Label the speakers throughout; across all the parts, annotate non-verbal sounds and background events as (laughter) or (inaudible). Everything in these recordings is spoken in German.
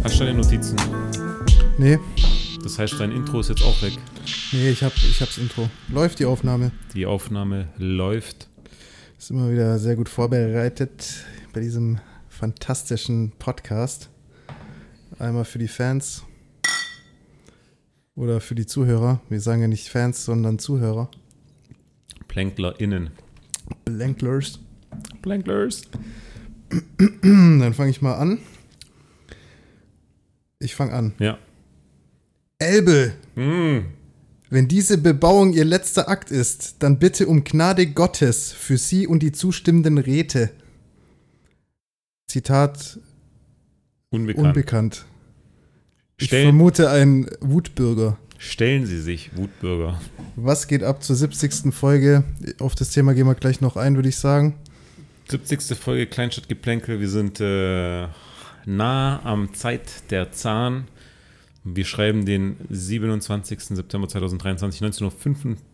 Speaker 1: Notizen.
Speaker 2: Nee,
Speaker 1: Das heißt, dein Intro ist jetzt auch weg.
Speaker 2: nee, ich, hab, ich hab's Intro. Läuft die Aufnahme.
Speaker 1: Die Aufnahme läuft.
Speaker 2: Ist immer wieder sehr gut vorbereitet bei diesem fantastischen Podcast. Einmal für die Fans oder für die Zuhörer. Wir sagen ja nicht Fans, sondern Zuhörer.
Speaker 1: PlänklerInnen.
Speaker 2: Blanklers.
Speaker 1: Plänklers.
Speaker 2: (clears throat) Dann fange ich mal an. Ich fange an.
Speaker 1: Ja.
Speaker 2: Elbe,
Speaker 1: Mm.
Speaker 2: Wenn diese Bebauung ihr letzter Akt ist, dann bitte um Gnade Gottes für sie und die zustimmenden Räte. Zitat
Speaker 1: Unbekannt.
Speaker 2: unbekannt. Ich
Speaker 1: Stellen,
Speaker 2: vermute ein Wutbürger.
Speaker 1: stellen Sie sich, Wutbürger.
Speaker 2: Was geht ab zur 70. Folge? Auf das Thema gehen wir gleich noch ein, würde ich sagen.
Speaker 1: 70. Folge Kleinstadtgeplänkel. Wir sind äh, nah am Zeit der Zahn. Wir schreiben den 27. September 2023, 19.45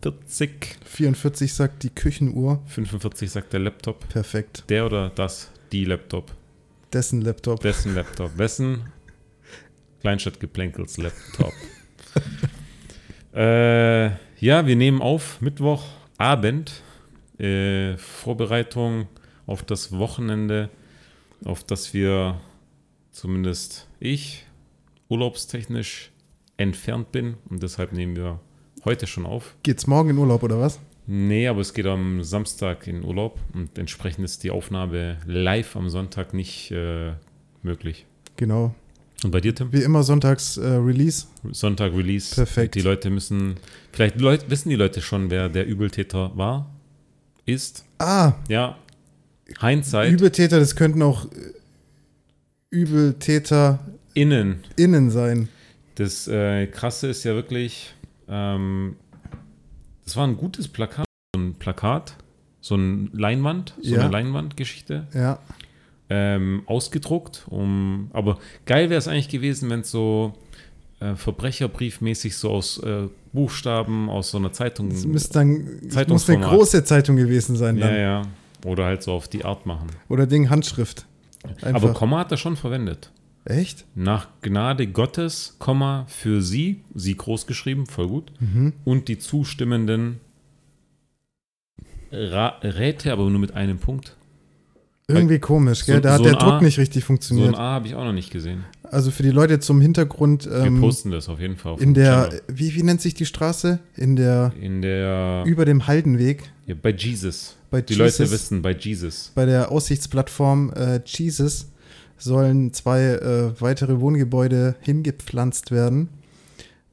Speaker 1: Uhr.
Speaker 2: 44 sagt die Küchenuhr.
Speaker 1: 45 sagt der Laptop.
Speaker 2: Perfekt.
Speaker 1: Der oder das, die Laptop.
Speaker 2: Dessen Laptop.
Speaker 1: Wessen Laptop? Wessen Kleinstadtgeplänkels Laptop? äh, ja, wir nehmen auf Mittwochabend. Äh, Vorbereitung auf das Wochenende, auf das wir zumindest ich urlaubstechnisch entfernt bin. Und deshalb nehmen wir heute schon auf.
Speaker 2: Geht's morgen in Urlaub oder was?
Speaker 1: Nee, aber es geht am Samstag in Urlaub und entsprechend ist die Aufnahme live am Sonntag nicht äh, möglich.
Speaker 2: Genau.
Speaker 1: Und bei dir, Tim?
Speaker 2: Wie immer sonntags äh, Release.
Speaker 1: Sonntag Release.
Speaker 2: Perfekt.
Speaker 1: Die Leute müssen, vielleicht Leut, wissen die Leute schon, wer der Übeltäter war, ist.
Speaker 2: Ah,
Speaker 1: Ja. Hindsight
Speaker 2: Übeltäter, das könnten auch äh, Übeltäter
Speaker 1: innen.
Speaker 2: innen sein.
Speaker 1: Das äh, Krasse ist ja wirklich, ähm, das war ein gutes Plakat. So ein Plakat, so ein Leinwand, so
Speaker 2: Ja.
Speaker 1: eine Leinwandgeschichte.
Speaker 2: Ja,
Speaker 1: ähm, ausgedruckt. Um, aber geil wäre es eigentlich gewesen, wenn es so äh, Verbrecherbriefmäßig so aus äh, Buchstaben aus so einer Zeitung.
Speaker 2: es müsste dann, es muss eine
Speaker 1: Zeitungsformat.
Speaker 2: große Zeitung gewesen sein dann.
Speaker 1: ja, ja. Oder halt so auf die Art machen.
Speaker 2: Oder Ding Handschrift. Einfach.
Speaker 1: Aber Komma hat er schon verwendet.
Speaker 2: Echt?
Speaker 1: Nach Gnade Gottes, Komma für sie, sie groß geschrieben, voll gut.
Speaker 2: Mhm.
Speaker 1: Und die zustimmenden Ra Räte, aber nur mit einem Punkt.
Speaker 2: Irgendwie komisch, gell?
Speaker 1: so-
Speaker 2: Da hat
Speaker 1: so
Speaker 2: der
Speaker 1: ein
Speaker 2: Druck
Speaker 1: A-
Speaker 2: nicht richtig
Speaker 1: So ein
Speaker 2: funktioniert.
Speaker 1: A habe ich auch noch nicht gesehen.
Speaker 2: also für die Leute zum Hintergrund
Speaker 1: Wir
Speaker 2: ähm,
Speaker 1: posten das auf jeden Fall. Auf
Speaker 2: in
Speaker 1: dem
Speaker 2: der,
Speaker 1: Channel.
Speaker 2: wie, wie nennt sich die Straße? In der,
Speaker 1: in der
Speaker 2: über dem Haldenweg
Speaker 1: Ja, bei Jesus.
Speaker 2: Bei
Speaker 1: die
Speaker 2: Jesus.
Speaker 1: Leute wissen, bei Jesus.
Speaker 2: bei der Aussichtsplattform äh, Jesus sollen zwei äh, weitere Wohngebäude hingepflanzt werden.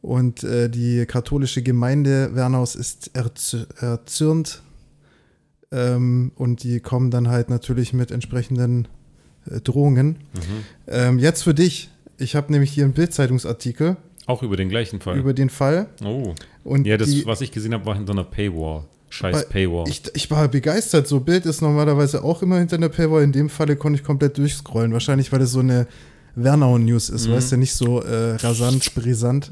Speaker 2: Und äh, die katholische Gemeinde Wernaus ist erzü erzürnt. Ähm, und die kommen dann halt natürlich mit entsprechenden äh, Drohungen.
Speaker 1: Mhm.
Speaker 2: Ähm, jetzt für dich. Ich habe nämlich hier einen Bildzeitungsartikel
Speaker 1: Auch über den gleichen Fall.
Speaker 2: über den Fall.
Speaker 1: oh.
Speaker 2: Und
Speaker 1: Ja, das,
Speaker 2: die,
Speaker 1: was ich gesehen habe, war hinter einer Paywall. Scheiß
Speaker 2: Weil
Speaker 1: Paywall.
Speaker 2: Ich, ich war begeistert. So Bild ist normalerweise auch immer hinter einer Paywall. In dem Falle konnte ich komplett durchscrollen. Wahrscheinlich, weil das so eine Wernau-News
Speaker 1: Mhm.
Speaker 2: ist, weißt du, nicht so äh, rasant, brisant.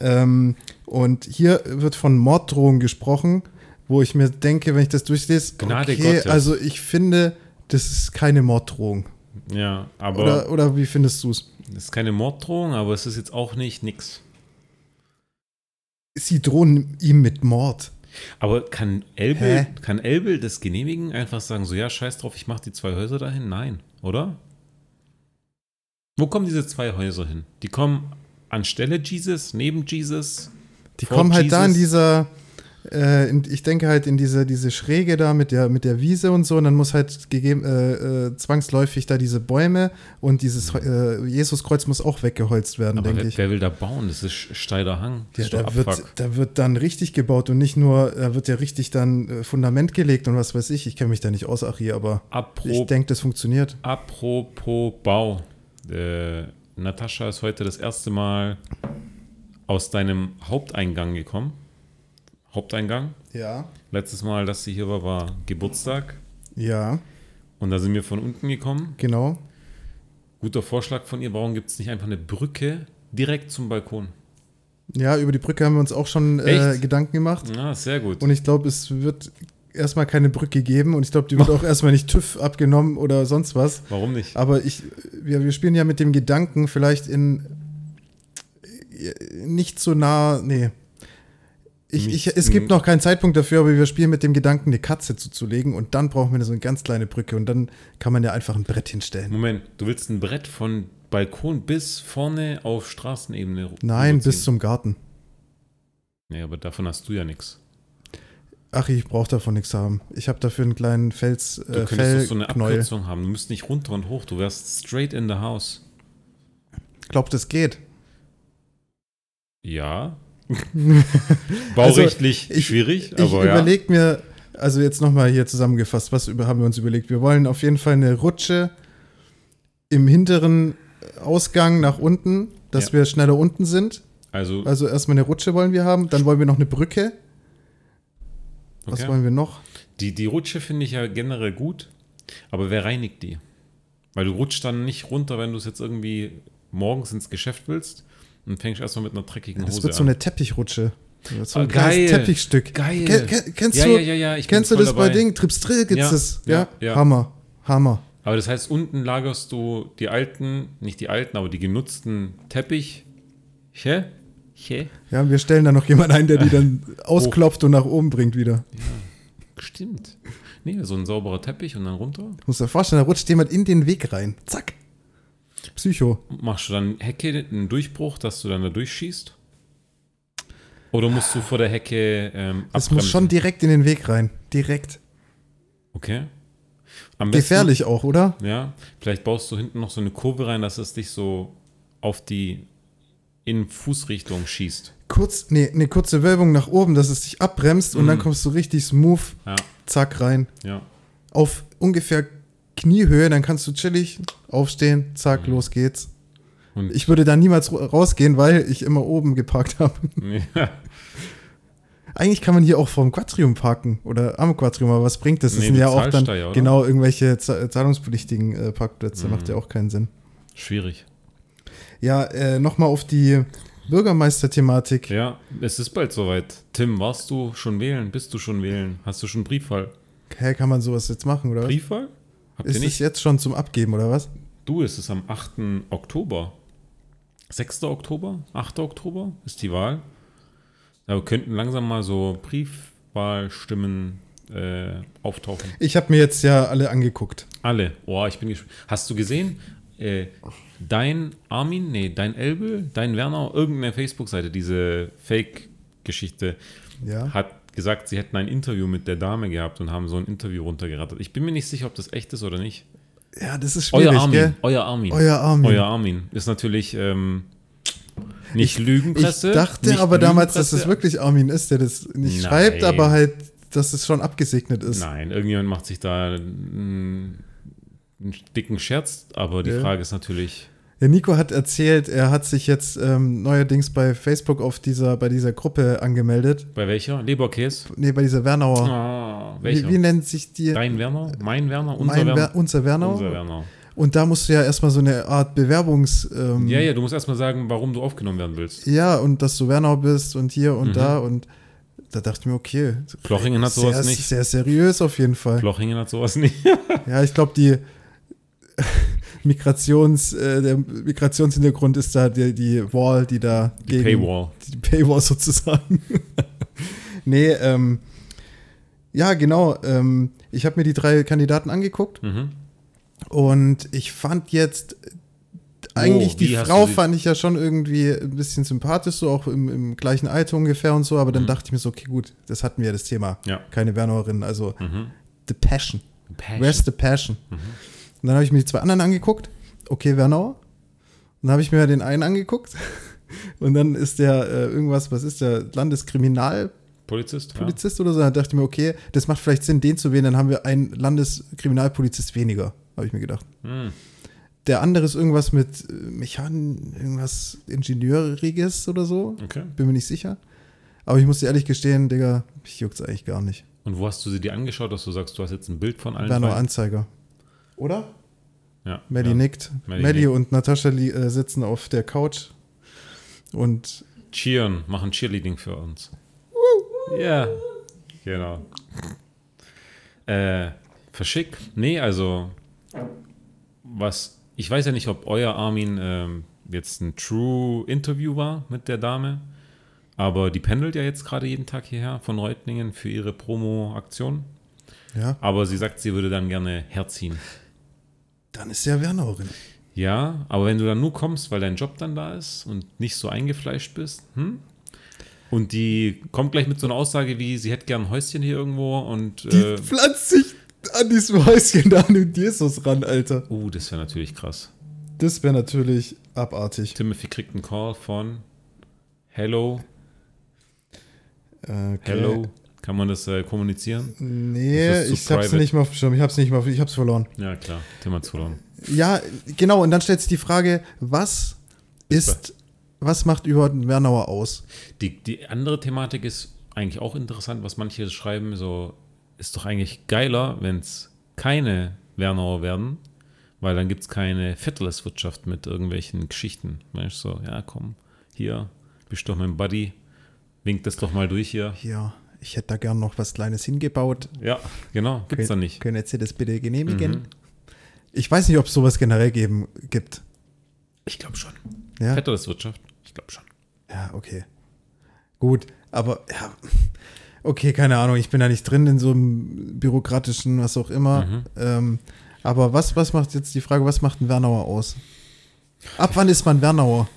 Speaker 2: Ähm, und hier wird von Morddrohungen gesprochen, wo ich mir denke, wenn ich das durchlese,
Speaker 1: Gnade
Speaker 2: okay,
Speaker 1: Gottes.
Speaker 2: also ich finde, das ist keine Morddrohung.
Speaker 1: ja, aber
Speaker 2: Oder, oder wie findest du es?
Speaker 1: es ist keine Morddrohung, aber es ist jetzt auch nicht nix.
Speaker 2: Sie drohen ihm mit Mord.
Speaker 1: Aber kann Elbel,
Speaker 2: Hä?
Speaker 1: kann Elbel das genehmigen? Einfach sagen, so ja, scheiß drauf, ich mache die zwei Häuser dahin? Nein, oder? Wo kommen diese zwei Häuser hin? Die kommen anstelle Jesus, neben Jesus.
Speaker 2: Die
Speaker 1: Vor
Speaker 2: kommen halt da in
Speaker 1: Jesus.
Speaker 2: dieser, äh, in, ich denke halt in diese, diese Schräge da mit der, mit der Wiese und so, und dann muss halt gegeben, äh, äh, zwangsläufig da diese Bäume und dieses äh, Jesuskreuz muss auch weggeholzt werden,
Speaker 1: Aber
Speaker 2: denke
Speaker 1: wer,
Speaker 2: ich.
Speaker 1: wer will da bauen? Das ist steiler Hang. Das
Speaker 2: Ja,
Speaker 1: ist doch
Speaker 2: da, wird,
Speaker 1: Abfuck.
Speaker 2: da wird dann richtig gebaut und nicht nur, da wird ja richtig dann äh, Fundament gelegt und was weiß ich. Ich kenne mich da nicht aus, Achi, aber ich
Speaker 1: Apropos
Speaker 2: denke, das funktioniert.
Speaker 1: Apropos Bau. Äh, Natascha ist heute das erste Mal aus deinem Haupteingang gekommen. Haupteingang.
Speaker 2: Ja.
Speaker 1: Letztes Mal, dass sie hier war, war Geburtstag.
Speaker 2: Ja,
Speaker 1: Und da sind wir von unten gekommen.
Speaker 2: genau.
Speaker 1: Guter Vorschlag von ihr. Warum gibt es nicht einfach eine Brücke direkt zum Balkon?
Speaker 2: Ja, über die Brücke haben wir uns auch schon äh,
Speaker 1: Echt?
Speaker 2: Gedanken gemacht.
Speaker 1: Ja, Ah, sehr gut.
Speaker 2: Und ich glaube, es wird erstmal keine Brücke geben und ich glaube, die wird auch erstmal nicht TÜV abgenommen oder sonst was.
Speaker 1: Warum nicht?
Speaker 2: Aber ich, wir, wir spielen ja mit dem Gedanken, vielleicht in nicht so nah, nee. Ich, ich,
Speaker 1: Nicht-
Speaker 2: es gibt noch keinen Zeitpunkt dafür, aber wir spielen mit dem Gedanken, eine Katze zuzulegen und dann brauchen wir so eine ganz kleine Brücke und dann kann man ja einfach ein Brett hinstellen.
Speaker 1: Moment, du willst ein Brett von Balkon bis vorne auf Straßenebene ru-
Speaker 2: Nein, bis
Speaker 1: rüberziehen?
Speaker 2: zum Garten.
Speaker 1: Nee, aber davon hast du ja nichts.
Speaker 2: Ach, ich brauche davon nichts haben. Ich habe dafür einen kleinen Fels,
Speaker 1: Du
Speaker 2: äh,
Speaker 1: könntest doch so eine
Speaker 2: Fellknäuel.
Speaker 1: Abkürzung haben. Du müsst nicht runter und hoch. Du wärst straight in the house.
Speaker 2: Glaubt, das geht.
Speaker 1: Ja.
Speaker 2: (laughs)
Speaker 1: Baurechtlich
Speaker 2: Also, ich-
Speaker 1: schwierig,
Speaker 2: Ich
Speaker 1: aber ja.
Speaker 2: überlege mir, also jetzt nochmal hier zusammengefasst, was über, haben wir uns überlegt? Wir wollen auf jeden Fall eine Rutsche im hinteren Ausgang nach unten, dass
Speaker 1: Ja.
Speaker 2: wir schneller unten sind.
Speaker 1: Also, okay.
Speaker 2: Also erstmal eine Rutsche wollen wir haben, dann wollen wir noch eine Brücke. Was wollen wir noch?
Speaker 1: die, die Rutsche finde ich ja generell gut, aber wer reinigt die? Weil du rutschst dann nicht runter, wenn du es jetzt irgendwie morgens ins Geschäft willst und fängst erstmal mit einer dreckigen
Speaker 2: Das
Speaker 1: Hose
Speaker 2: wird so
Speaker 1: an.
Speaker 2: eine Teppichrutsche. Das wird So
Speaker 1: Ah,
Speaker 2: ein kleines
Speaker 1: geil.
Speaker 2: Teppichstück.
Speaker 1: Geil.
Speaker 2: Ken, ken, kennst
Speaker 1: Ja,
Speaker 2: du,
Speaker 1: ja, ja, ja, ich bin
Speaker 2: kennst du
Speaker 1: voll
Speaker 2: das bei
Speaker 1: dabei.
Speaker 2: Ding? Trips Drill gibt's
Speaker 1: Ja,
Speaker 2: das. Ja,
Speaker 1: ja, ja.
Speaker 2: Hammer. Hammer.
Speaker 1: Aber das heißt, unten lagerst du die alten, nicht die alten, aber die genutzten Teppich. Hä? Hä?
Speaker 2: Ja, wir stellen da noch jemanden ein, der die
Speaker 1: (laughs)
Speaker 2: dann ausklopft und nach oben bringt wieder.
Speaker 1: Stimmt. Nee, so ein sauberer Teppich und dann runter.
Speaker 2: Muss dir vorstellen, da rutscht jemand in den Weg rein. Zack. Psycho.
Speaker 1: Machst du dann Hecke einen Durchbruch, dass du dann da durchschießt? Oder musst du vor der Hecke ähm, abbremsen?
Speaker 2: Das muss schon direkt in den Weg rein. Direkt.
Speaker 1: Okay. Am
Speaker 2: Gefährlich auch, oder?
Speaker 1: Besten, ja, vielleicht baust du hinten noch so eine Kurve rein, dass es dich so auf die in Fußrichtung schießt.
Speaker 2: Kurz, nee, eine kurze Wölbung nach oben, dass es dich abbremst und dann kommst du richtig smooth,
Speaker 1: Ja,
Speaker 2: zack, rein.
Speaker 1: ja.
Speaker 2: Auf ungefähr Kniehöhe, dann kannst du chillig aufstehen, zack, los geht's.
Speaker 1: Und
Speaker 2: Ich würde da niemals ru- rausgehen, weil ich immer oben geparkt (laughs) habe.
Speaker 1: ja, (laughs)
Speaker 2: Eigentlich kann man hier auch vorm Quatrium parken oder am Quatrium, aber was bringt das? Das
Speaker 1: Nee,
Speaker 2: sind
Speaker 1: du
Speaker 2: ja auch
Speaker 1: zahlst
Speaker 2: dann
Speaker 1: da ja, oder?
Speaker 2: genau irgendwelche za- zahlungspflichtigen äh, Parkplätze, macht ja
Speaker 1: Mhm.
Speaker 2: auch keinen Sinn.
Speaker 1: schwierig.
Speaker 2: Ja, äh, nochmal auf die Bürgermeister-Thematik.
Speaker 1: Ja, es ist bald soweit. Tim, warst du schon wählen? Bist du schon wählen? Hast du schon Briefwahl?
Speaker 2: Hä, kann man sowas jetzt machen, oder was?
Speaker 1: Briefwahl? Habt ihr
Speaker 2: Ist es
Speaker 1: nicht?
Speaker 2: jetzt schon zum Abgeben, oder was?
Speaker 1: Du, es ist am 8. Oktober. 6. Oktober? 8. Oktober ist die Wahl. Da könnten langsam mal so Briefwahlstimmen äh, auftauchen.
Speaker 2: Ich habe mir jetzt ja alle angeguckt.
Speaker 1: Alle. Oh, ich bin gespannt. Hast du gesehen? Äh, dein Armin, nee, dein Elbe, dein Werner, irgendeine Facebook-Seite, diese Fake-Geschichte,
Speaker 2: Ja.
Speaker 1: hat gesagt, sie hätten ein Interview mit der Dame gehabt und haben so ein Interview runtergerattert. Ich bin mir nicht sicher, ob das echt ist oder nicht.
Speaker 2: Ja, das ist schwierig,
Speaker 1: Euer Armin,
Speaker 2: gell?
Speaker 1: euer Armin.
Speaker 2: Euer Armin.
Speaker 1: Euer Armin. Ist natürlich ähm, nicht Lügenpresse.
Speaker 2: ich dachte
Speaker 1: nicht
Speaker 2: aber damals, dass es
Speaker 1: Lügenpresse.
Speaker 2: wirklich Armin ist, der das nicht
Speaker 1: Nein.
Speaker 2: schreibt, aber halt, dass es schon abgesegnet ist.
Speaker 1: Nein, irgendjemand macht sich da einen, einen dicken Scherz, aber die
Speaker 2: Ja.
Speaker 1: Frage ist natürlich,
Speaker 2: Der Nico hat erzählt, er hat sich jetzt ähm, neuerdings bei Facebook auf dieser, bei dieser Gruppe angemeldet.
Speaker 1: bei welcher? Leberkäse?
Speaker 2: Nee, bei dieser Wernauer.
Speaker 1: Ah,
Speaker 2: wie,
Speaker 1: welcher?
Speaker 2: wie nennt sich die?
Speaker 1: Dein Werner? Mein Werner? Unser
Speaker 2: Mein Wer- genau.
Speaker 1: Werner?
Speaker 2: unser Wernauer.
Speaker 1: Unser Werner.
Speaker 2: Und da musst du ja erstmal so eine Art Bewerbungs. Ähm,
Speaker 1: Ja, ja, du musst erstmal sagen, warum du aufgenommen werden willst.
Speaker 2: Ja, und dass du Wernau bist und hier und da und da dachte ich mir, okay.
Speaker 1: Flochingen Mhm. hat sowas
Speaker 2: sehr,
Speaker 1: nicht.
Speaker 2: Sehr seriös auf jeden Fall.
Speaker 1: Flochingen hat sowas nicht.
Speaker 2: Ja, ich glaube, die (laughs) Migrations, äh, der Migrationshintergrund ist da die, die Wall, die da
Speaker 1: Die Paywall.
Speaker 2: Die Paywall sozusagen. (laughs) nee, ähm, ja, genau. Ähm, ich habe mir die drei Kandidaten angeguckt
Speaker 1: Mhm.
Speaker 2: und ich fand jetzt äh, eigentlich
Speaker 1: Oh, wie
Speaker 2: die
Speaker 1: hast
Speaker 2: Frau
Speaker 1: du sie-
Speaker 2: fand ich ja schon irgendwie ein bisschen sympathisch, so auch im, im gleichen Alter ungefähr und so, aber dann dachte ich mir so, okay, gut, das hatten wir ja das Thema.
Speaker 1: Mhm. Ja.
Speaker 2: Keine Wernauerin, also
Speaker 1: Mhm.
Speaker 2: The Passion.
Speaker 1: Passion.
Speaker 2: Where's the Passion? Und dann habe ich mir die zwei anderen angeguckt. Okay, Wernauer. Und dann habe ich mir den einen angeguckt. (laughs) Und dann ist der äh, irgendwas, was ist der Landeskriminalpolizist
Speaker 1: Polizist?
Speaker 2: oder so. Dann dachte ich mir, okay, das macht vielleicht Sinn, den zu wählen. Dann haben wir einen Landeskriminalpolizist weniger, habe ich mir gedacht.
Speaker 1: Ja. Mhm.
Speaker 2: Der andere ist irgendwas mit äh, Mechan, irgendwas Ingenieuriges oder so.
Speaker 1: Okay.
Speaker 2: Bin mir nicht sicher. Aber ich muss dir ehrlich gestehen, Digga, ich juckt's eigentlich gar nicht.
Speaker 1: Und wo hast du sie dir angeschaut, dass du sagst, du hast jetzt ein Bild von allen?
Speaker 2: Werner
Speaker 1: drei?
Speaker 2: Anzeiger. Oder?
Speaker 1: Ja.
Speaker 2: Melly
Speaker 1: ja.
Speaker 2: nickt.
Speaker 1: Melly
Speaker 2: Melly
Speaker 1: nickt.
Speaker 2: und Natascha li- äh, sitzen auf der Couch und
Speaker 1: Cheeren, machen Cheerleading für uns. Ja. Genau. Äh, verschickt? Nee, also was, ich weiß ja nicht, ob euer Armin ähm, jetzt ein True-Interview war mit der Dame, aber die pendelt ja jetzt gerade jeden Tag hierher von Reutlingen für ihre Promo-Aktion.
Speaker 2: Ja,
Speaker 1: Aber sie sagt, sie würde dann gerne herziehen.
Speaker 2: dann ist sie ja Wernauerin.
Speaker 1: Ja, aber wenn du dann nur kommst, weil dein Job dann da ist und nicht so eingefleischt bist, hm? Und die kommt gleich mit so einer Aussage wie, sie hätte gern ein Häuschen hier irgendwo und.
Speaker 2: Die
Speaker 1: Äh,
Speaker 2: pflanzt sich an diesem Häuschen da an den Jesus ran, Alter.
Speaker 1: uh, das wäre natürlich krass.
Speaker 2: Das wäre natürlich abartig.
Speaker 1: Timothy kriegt einen Call von Hello,
Speaker 2: Okay.
Speaker 1: Hello. Kann man das äh, kommunizieren?
Speaker 2: Nee,
Speaker 1: Das ist zu
Speaker 2: ich hab's
Speaker 1: private.
Speaker 2: nicht mal auf dem Schirm. Ich hab's nicht mal auf, ich hab's verloren.
Speaker 1: Ja, klar. Tim hat's verloren.
Speaker 2: Ja, genau. Und dann stellt sich die Frage, was ist, was macht überhaupt Wernauer aus?
Speaker 1: Die, die andere Thematik ist eigentlich auch interessant, was manche schreiben, so ist doch eigentlich geiler, wenn es keine Wernauer werden, weil dann gibt es keine Vierteleswirtschaft mit irgendwelchen Geschichten. Weißt du, so, ja komm, hier, bist doch mein Buddy, wink das doch mal durch hier.
Speaker 2: Ja, ich hätte da gern noch was Kleines hingebaut.
Speaker 1: Ja, genau, gibt's da
Speaker 2: Kön-
Speaker 1: nicht. Mhm.
Speaker 2: Können Sie das bitte genehmigen? Ich weiß nicht, ob es sowas generell geben, gibt.
Speaker 1: Ich glaube schon.
Speaker 2: Ja?
Speaker 1: Vierteleswirtschaft? Ich glaube schon.
Speaker 2: Ja, okay. Gut, aber ja. Okay, keine Ahnung, ich bin da nicht drin in so einem bürokratischen, was auch immer.
Speaker 1: Mhm.
Speaker 2: Ähm, aber was, was macht jetzt die Frage, was macht ein Wernauer aus? Ab wann ist man Wernauer?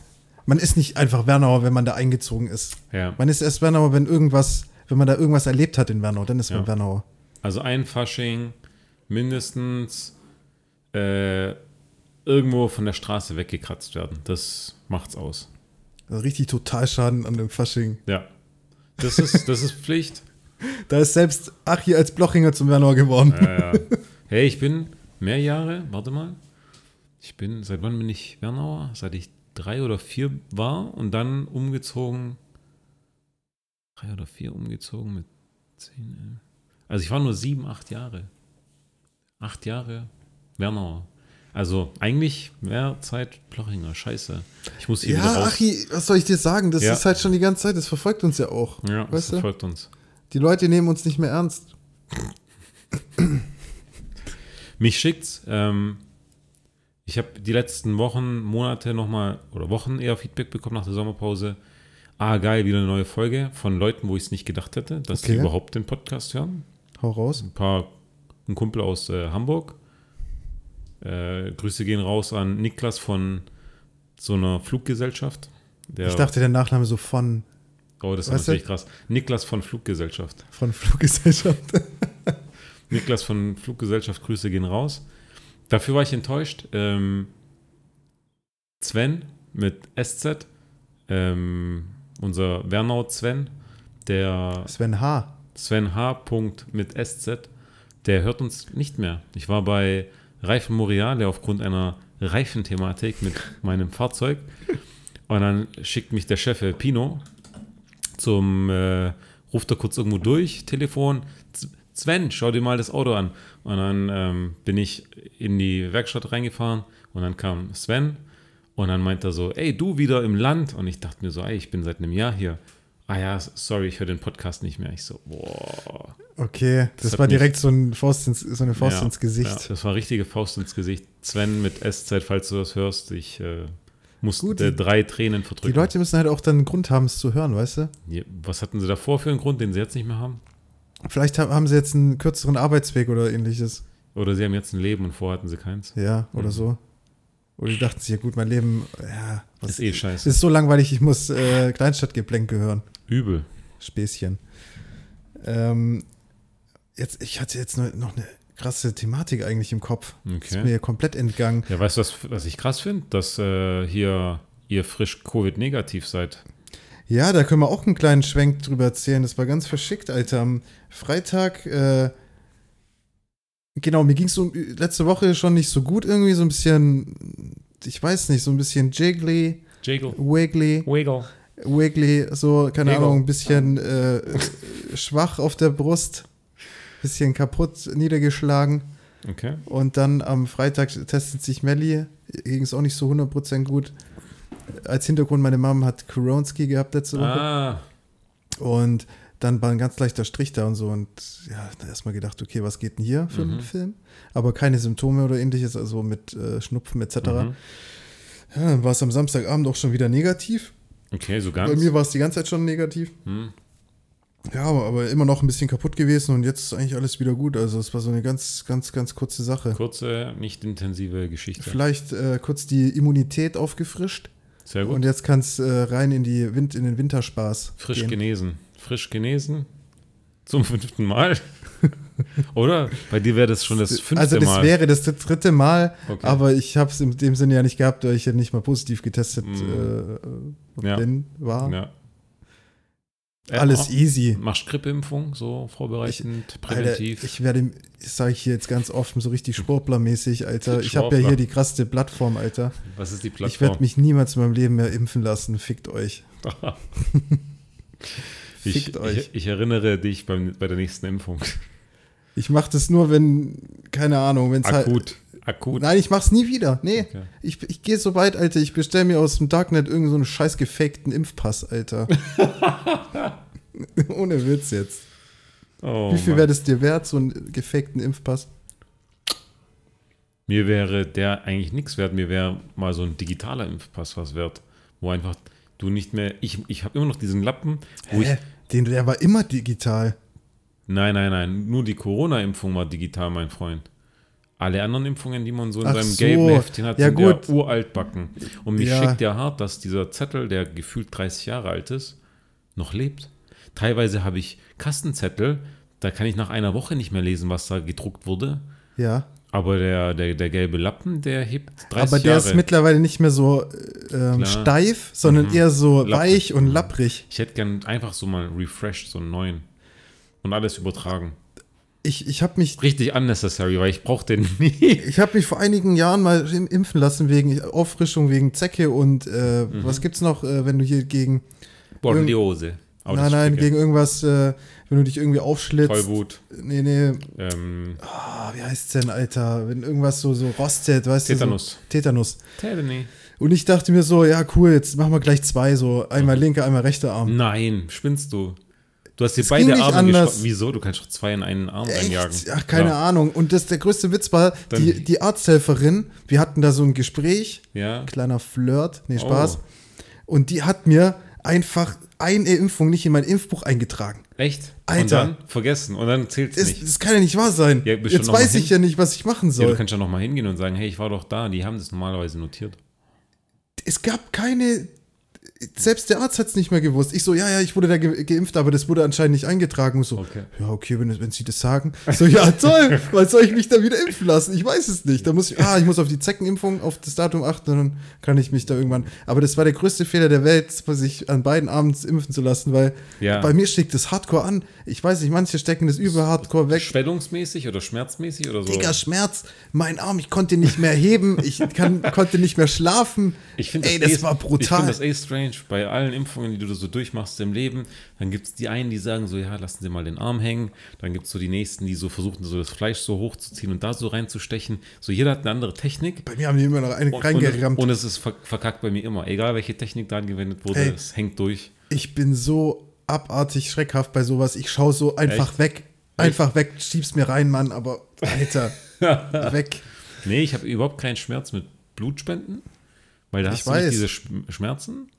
Speaker 2: Man ist nicht einfach Wernauer, wenn man da eingezogen ist.
Speaker 1: Ja.
Speaker 2: Man ist erst Wernauer, wenn irgendwas, wenn man da irgendwas erlebt hat in Wernau, dann ist man
Speaker 1: Ja.
Speaker 2: Wernauer.
Speaker 1: Also ein Fasching mindestens äh, irgendwo von der Straße weggekratzt werden. Das macht's aus.
Speaker 2: Also richtig total Schaden an dem Fasching.
Speaker 1: Ja. Das ist, das ist Pflicht.
Speaker 2: Da ist selbst Achi als Blochinger zum Wernauer geworden.
Speaker 1: Ja, ja. Hey, ich bin mehr Jahre, warte mal. Ich bin, seit wann bin ich Wernauer? Seit ich drei oder vier war und dann umgezogen. Drei oder vier umgezogen mit zehn. elf. Also ich war nur sieben, acht Jahre. Acht Jahre Wernauer. Also eigentlich mehr Zeit Plochinger. Scheiße. Ich muss hier wieder
Speaker 2: Ja,
Speaker 1: raus.
Speaker 2: Achi, was soll ich dir sagen? Das
Speaker 1: Ja.
Speaker 2: ist halt schon die ganze Zeit, das verfolgt uns ja auch.
Speaker 1: ja, das
Speaker 2: weißt du?
Speaker 1: verfolgt uns.
Speaker 2: Die Leute nehmen uns nicht mehr ernst.
Speaker 1: Mich schickt's. Ähm, ich habe die letzten Wochen, Monate nochmal oder Wochen eher Feedback bekommen nach der Sommerpause. Ah, geil, wieder eine neue Folge von Leuten, wo ich es nicht gedacht hätte, dass sie
Speaker 2: Okay.
Speaker 1: überhaupt den Podcast hören.
Speaker 2: Hau raus.
Speaker 1: Ein paar, ein Kumpel aus äh, Hamburg. Äh, Grüße gehen raus an Niklas von so einer Fluggesellschaft. Der,
Speaker 2: Ich dachte, der Nachname so von,
Speaker 1: oh, das ist
Speaker 2: weißt du-
Speaker 1: natürlich krass. Niklas von Fluggesellschaft.
Speaker 2: von Fluggesellschaft.
Speaker 1: Niklas von Fluggesellschaft Grüße gehen raus. Dafür war ich enttäuscht. Ähm, Sven mit SZ, ähm, unser Wernau Sven, der
Speaker 2: (laughs) Sven H.
Speaker 1: Sven H. Punkt mit SZ, der hört uns nicht mehr. Ich war bei Reifen Morial, der aufgrund einer Reifenthematik mit meinem Fahrzeug und dann schickt mich der Chef äh, Pino zum, äh, ruft er kurz irgendwo durch, Telefon, "Z- Sven, schau dir mal das Auto an. Und dann ähm, bin ich in die Werkstatt reingefahren und dann kam Sven und dann meint er so, ey, du wieder im Land. Und ich dachte mir so, ey, ich bin seit einem Jahr hier. Ah ja, sorry, ich höre den Podcast nicht mehr. Ich so, boah.
Speaker 2: Okay, das,
Speaker 1: hat
Speaker 2: war
Speaker 1: mich-
Speaker 2: direkt so, ein Faust ins, so eine Faust
Speaker 1: Ja,
Speaker 2: ins
Speaker 1: Ja,
Speaker 2: Gesicht.
Speaker 1: das war richtige Faust ins Gesicht. Sven mit SZ, falls du das hörst, ich äh, musste
Speaker 2: Gut, die-
Speaker 1: drei Tränen
Speaker 2: Die
Speaker 1: verdrücken.
Speaker 2: Leute müssen halt auch dann einen Grund haben, es zu hören, weißt du?
Speaker 1: Ja, Was hatten sie davor für einen Grund, den sie jetzt nicht mehr haben?
Speaker 2: Vielleicht ha- haben sie jetzt einen kürzeren Arbeitsweg oder ähnliches.
Speaker 1: Oder sie haben jetzt ein Leben und vorher hatten sie keins.
Speaker 2: Ja, oder
Speaker 1: Mhm.
Speaker 2: so. Oder die dachten sich, ja gut, mein Leben, ja, was
Speaker 1: ist eh scheiße.
Speaker 2: ist so langweilig, ich muss äh, Kleinstadtgeplänke hören.
Speaker 1: Übel.
Speaker 2: Späßchen. Ähm, jetzt, ich hatte jetzt nur- noch eine krasse Thematik eigentlich im Kopf.
Speaker 1: Okay.
Speaker 2: Ist mir komplett entgangen.
Speaker 1: Ja, weißt du, was, was ich krass finde? Dass äh, hier ihr frisch Covid-negativ seid.
Speaker 2: Ja, da können wir auch einen kleinen Schwenk drüber erzählen. Das war ganz verschickt, Alter. Am Freitag, äh, genau, mir ging es um, letzte Woche schon nicht so gut irgendwie, so ein bisschen, ich weiß nicht, so ein bisschen jiggly,
Speaker 1: Jiggle.
Speaker 2: wiggly,
Speaker 1: Wiggle.
Speaker 2: wiggly, so, keine
Speaker 1: Ego.
Speaker 2: Ahnung, ein bisschen äh, schwach auf der Brust, bisschen kaputt, niedergeschlagen.
Speaker 1: Okay.
Speaker 2: Und dann am Freitag testet sich Melli, ging es auch nicht so 100% gut. Als Hintergrund, meine Mom hat Koronski gehabt letzte Woche.
Speaker 1: Ah,
Speaker 2: Und dann war ein ganz leichter Strich da und so. Und ja, da erstmal gedacht, okay, was geht denn hier für einen
Speaker 1: Mhm.
Speaker 2: Film? Aber keine Symptome oder ähnliches, also mit äh, Schnupfen etc.
Speaker 1: Mhm.
Speaker 2: Ja, dann war es am Samstagabend auch schon wieder negativ.
Speaker 1: Okay, so
Speaker 2: Bei
Speaker 1: ganz.
Speaker 2: mir war es die ganze Zeit schon negativ.
Speaker 1: Hm.
Speaker 2: Ja, aber, aber immer noch ein bisschen kaputt gewesen und jetzt ist eigentlich alles wieder gut. Also es war so eine ganz, ganz, ganz kurze Sache.
Speaker 1: Kurze, nicht intensive Geschichte.
Speaker 2: Vielleicht äh, kurz die Immunität aufgefrischt
Speaker 1: Sehr gut.
Speaker 2: und jetzt kann es äh, rein in, die Wind, in den Winterspaß
Speaker 1: Frisch
Speaker 2: gehen.
Speaker 1: genesen. Frisch genesen. Zum (laughs) fünften Mal. Oder? Bei dir wäre das schon das fünfte
Speaker 2: also das
Speaker 1: Mal.
Speaker 2: wäre das dritte Mal,
Speaker 1: Okay.
Speaker 2: aber ich habe es in dem Sinne ja nicht gehabt, weil ich ja nicht mal positiv getestet
Speaker 1: Mhm.
Speaker 2: äh,
Speaker 1: Mm. Ja.
Speaker 2: bin, war.
Speaker 1: ja. Äh,
Speaker 2: Alles
Speaker 1: oh,
Speaker 2: easy.
Speaker 1: Machst Grippeimpfung, so vorbereitend,
Speaker 2: Alter,
Speaker 1: präventiv.
Speaker 2: ich werde, das sage ich hier jetzt ganz offen, so richtig sportlermäßig, Alter.
Speaker 1: (laughs)
Speaker 2: Ich habe ja
Speaker 1: Sportler.
Speaker 2: hier die krasse Plattform, Alter.
Speaker 1: Was ist die
Speaker 2: Ich werde
Speaker 1: Plattform?
Speaker 2: mich niemals in meinem Leben mehr impfen lassen.
Speaker 1: (laughs)
Speaker 2: Fickt euch.
Speaker 1: Ich,
Speaker 2: Fickt euch.
Speaker 1: Ich, ich erinnere dich beim, bei der nächsten Impfung.
Speaker 2: Ich mache das nur, wenn, keine Ahnung, wenn es halt.
Speaker 1: Akut. Akut.
Speaker 2: Nein, ich mach's nie wieder. Nee.
Speaker 1: Okay.
Speaker 2: Ich, ich gehe so weit, Alter. Ich bestell mir aus dem Darknet irgendeinen so einen scheiß gefakten Impfpass,
Speaker 1: (laughs)
Speaker 2: Alter. Ohne Witz jetzt.
Speaker 1: Oh,
Speaker 2: Wie viel
Speaker 1: Mann.
Speaker 2: wäre das dir wert, so einen gefakten Impfpass?
Speaker 1: Mir wäre der eigentlich nichts wert. Mir wäre mal so ein digitaler Impfpass was wert, wo einfach du nicht mehr. Ich, ich habe immer noch diesen Lappen, wo ich.
Speaker 2: Hä? Den, der war immer digital.
Speaker 1: Nein, nein, nein. Nur die Corona-Impfung war digital, mein Freund. Alle anderen Impfungen, die man so in
Speaker 2: Ach
Speaker 1: seinem
Speaker 2: so.
Speaker 1: gelben Heftchen hat,
Speaker 2: Ja,
Speaker 1: sind
Speaker 2: gut.
Speaker 1: ja uraltbacken. Und mich
Speaker 2: Ja.
Speaker 1: schickt ja hart, dass dieser Zettel, der gefühlt 30 Jahre alt ist, noch lebt. Teilweise habe ich Kastenzettel, da kann ich nach einer Woche nicht mehr lesen, was da gedruckt wurde.
Speaker 2: Ja.
Speaker 1: Aber der, der, der gelbe Lappen, der hebt 30 Jahre.
Speaker 2: Aber der ist mittlerweile nicht mehr so äh, ähm,
Speaker 1: Klar. Mhm.
Speaker 2: steif, sondern eher so
Speaker 1: Lapprig. Mhm.
Speaker 2: weich und lapprig.
Speaker 1: Ich hätte gern einfach so mal refreshed, so einen neuen. Und alles übertragen.
Speaker 2: Ich, ich habe mich,
Speaker 1: Richtig unnecessary, weil ich brauche den (laughs) nie.
Speaker 2: ich hab mich vor einigen Jahren mal im- impfen lassen wegen Auffrischung, wegen Zecke und äh,
Speaker 1: Mhm.
Speaker 2: was gibt's noch, äh, wenn du hier gegen,
Speaker 1: Borreliose. Aber das
Speaker 2: nein, nein,
Speaker 1: Stücke.
Speaker 2: gegen irgendwas, äh, wenn du dich irgendwie aufschlitzt.
Speaker 1: Tollwut.
Speaker 2: Nee, nee,
Speaker 1: Ähm,
Speaker 2: ah, wie heißt's denn, Alter? Wenn irgendwas so, so rostet, weißt du?
Speaker 1: Tetanus.
Speaker 2: So, Tetanus.
Speaker 1: Tetany.
Speaker 2: Und ich dachte mir so, ja, cool, jetzt machen wir gleich zwei, so einmal
Speaker 1: Mhm.
Speaker 2: linker, einmal rechter Arm.
Speaker 1: Nein, spinnst du. Du hast dir
Speaker 2: ging
Speaker 1: beide
Speaker 2: nicht
Speaker 1: Arme
Speaker 2: anders.
Speaker 1: gestochen. Wieso? Du kannst doch zwei in einen Arm reinjagen.
Speaker 2: Echt? Ach, keine Ahnung. Und das, der größte Witz war,
Speaker 1: Dann-
Speaker 2: die, die Arzthelferin, wir hatten da so ein Gespräch,
Speaker 1: Ja.
Speaker 2: kleiner Flirt, nee, Spaß.
Speaker 1: Oh.
Speaker 2: Und die hat mir einfach eine Impfung nicht in mein Impfbuch eingetragen.
Speaker 1: Echt? Und
Speaker 2: Alter.
Speaker 1: dann vergessen. Und dann zählt es
Speaker 2: Das,
Speaker 1: nicht.
Speaker 2: das kann ja nicht wahr sein.
Speaker 1: Ja, bist du
Speaker 2: Jetzt
Speaker 1: noch mal
Speaker 2: weiß ich
Speaker 1: hin?
Speaker 2: ja nicht, was ich machen
Speaker 1: Ja,
Speaker 2: soll.
Speaker 1: du kannst ja nochmal hingehen und sagen, hey, ich war doch da. Die haben das normalerweise notiert.
Speaker 2: es gab keine. Selbst der Arzt hat es nicht mehr gewusst. Ich so, ja, ja, ich wurde da ge geimpft, aber das wurde anscheinend nicht eingetragen. Und so,
Speaker 1: Okay.
Speaker 2: ja, okay, wenn, wenn Sie das sagen. Ich So, ja, toll, weil soll ich mich da wieder impfen lassen? Ich weiß es nicht. Da muss ich, ah, ich muss auf die Zeckenimpfung, auf das Datum achten, dann kann ich mich da irgendwann. Aber das war der größte Fehler der Welt, sich an beiden Abends impfen zu lassen, weil
Speaker 1: Ja.
Speaker 2: bei mir steckt das Hardcore an. Ich weiß nicht, manche stecken das über Hardcore weg.
Speaker 1: Schwellungsmäßig oder schmerzmäßig oder so?
Speaker 2: Dicker Schmerz, mein Arm, ich konnte nicht mehr heben, ich kann, konnte nicht mehr schlafen.
Speaker 1: Ich finde
Speaker 2: Ey,
Speaker 1: das,
Speaker 2: das,
Speaker 1: eh-
Speaker 2: war
Speaker 1: Ich finde
Speaker 2: brutal.
Speaker 1: das eh strange. Bei allen Impfungen, die du so durchmachst im Leben, dann gibt es die einen, die sagen so, ja, lassen Sie mal den Arm hängen. Dann gibt es so die nächsten, die so versuchen, so das Fleisch so hochzuziehen und da so reinzustechen. So jeder hat eine andere Technik.
Speaker 2: Bei mir haben die immer noch eine
Speaker 1: und,
Speaker 2: reingerammt.
Speaker 1: und es ist ver- verkackt bei mir immer. Egal, welche Technik da angewendet wurde,
Speaker 2: Ey.
Speaker 1: es hängt durch.
Speaker 2: ich bin so abartig schreckhaft bei sowas. Ich schaue so einfach
Speaker 1: Echt?
Speaker 2: weg. Einfach weg, schieb's mir rein, Mann, aber
Speaker 1: (laughs)
Speaker 2: Alter, weg.
Speaker 1: Nee, ich habe überhaupt keinen Schmerz mit Blutspenden, weil da
Speaker 2: Ich
Speaker 1: hast du nicht
Speaker 2: weiß.
Speaker 1: diese Sch- Schmerzen.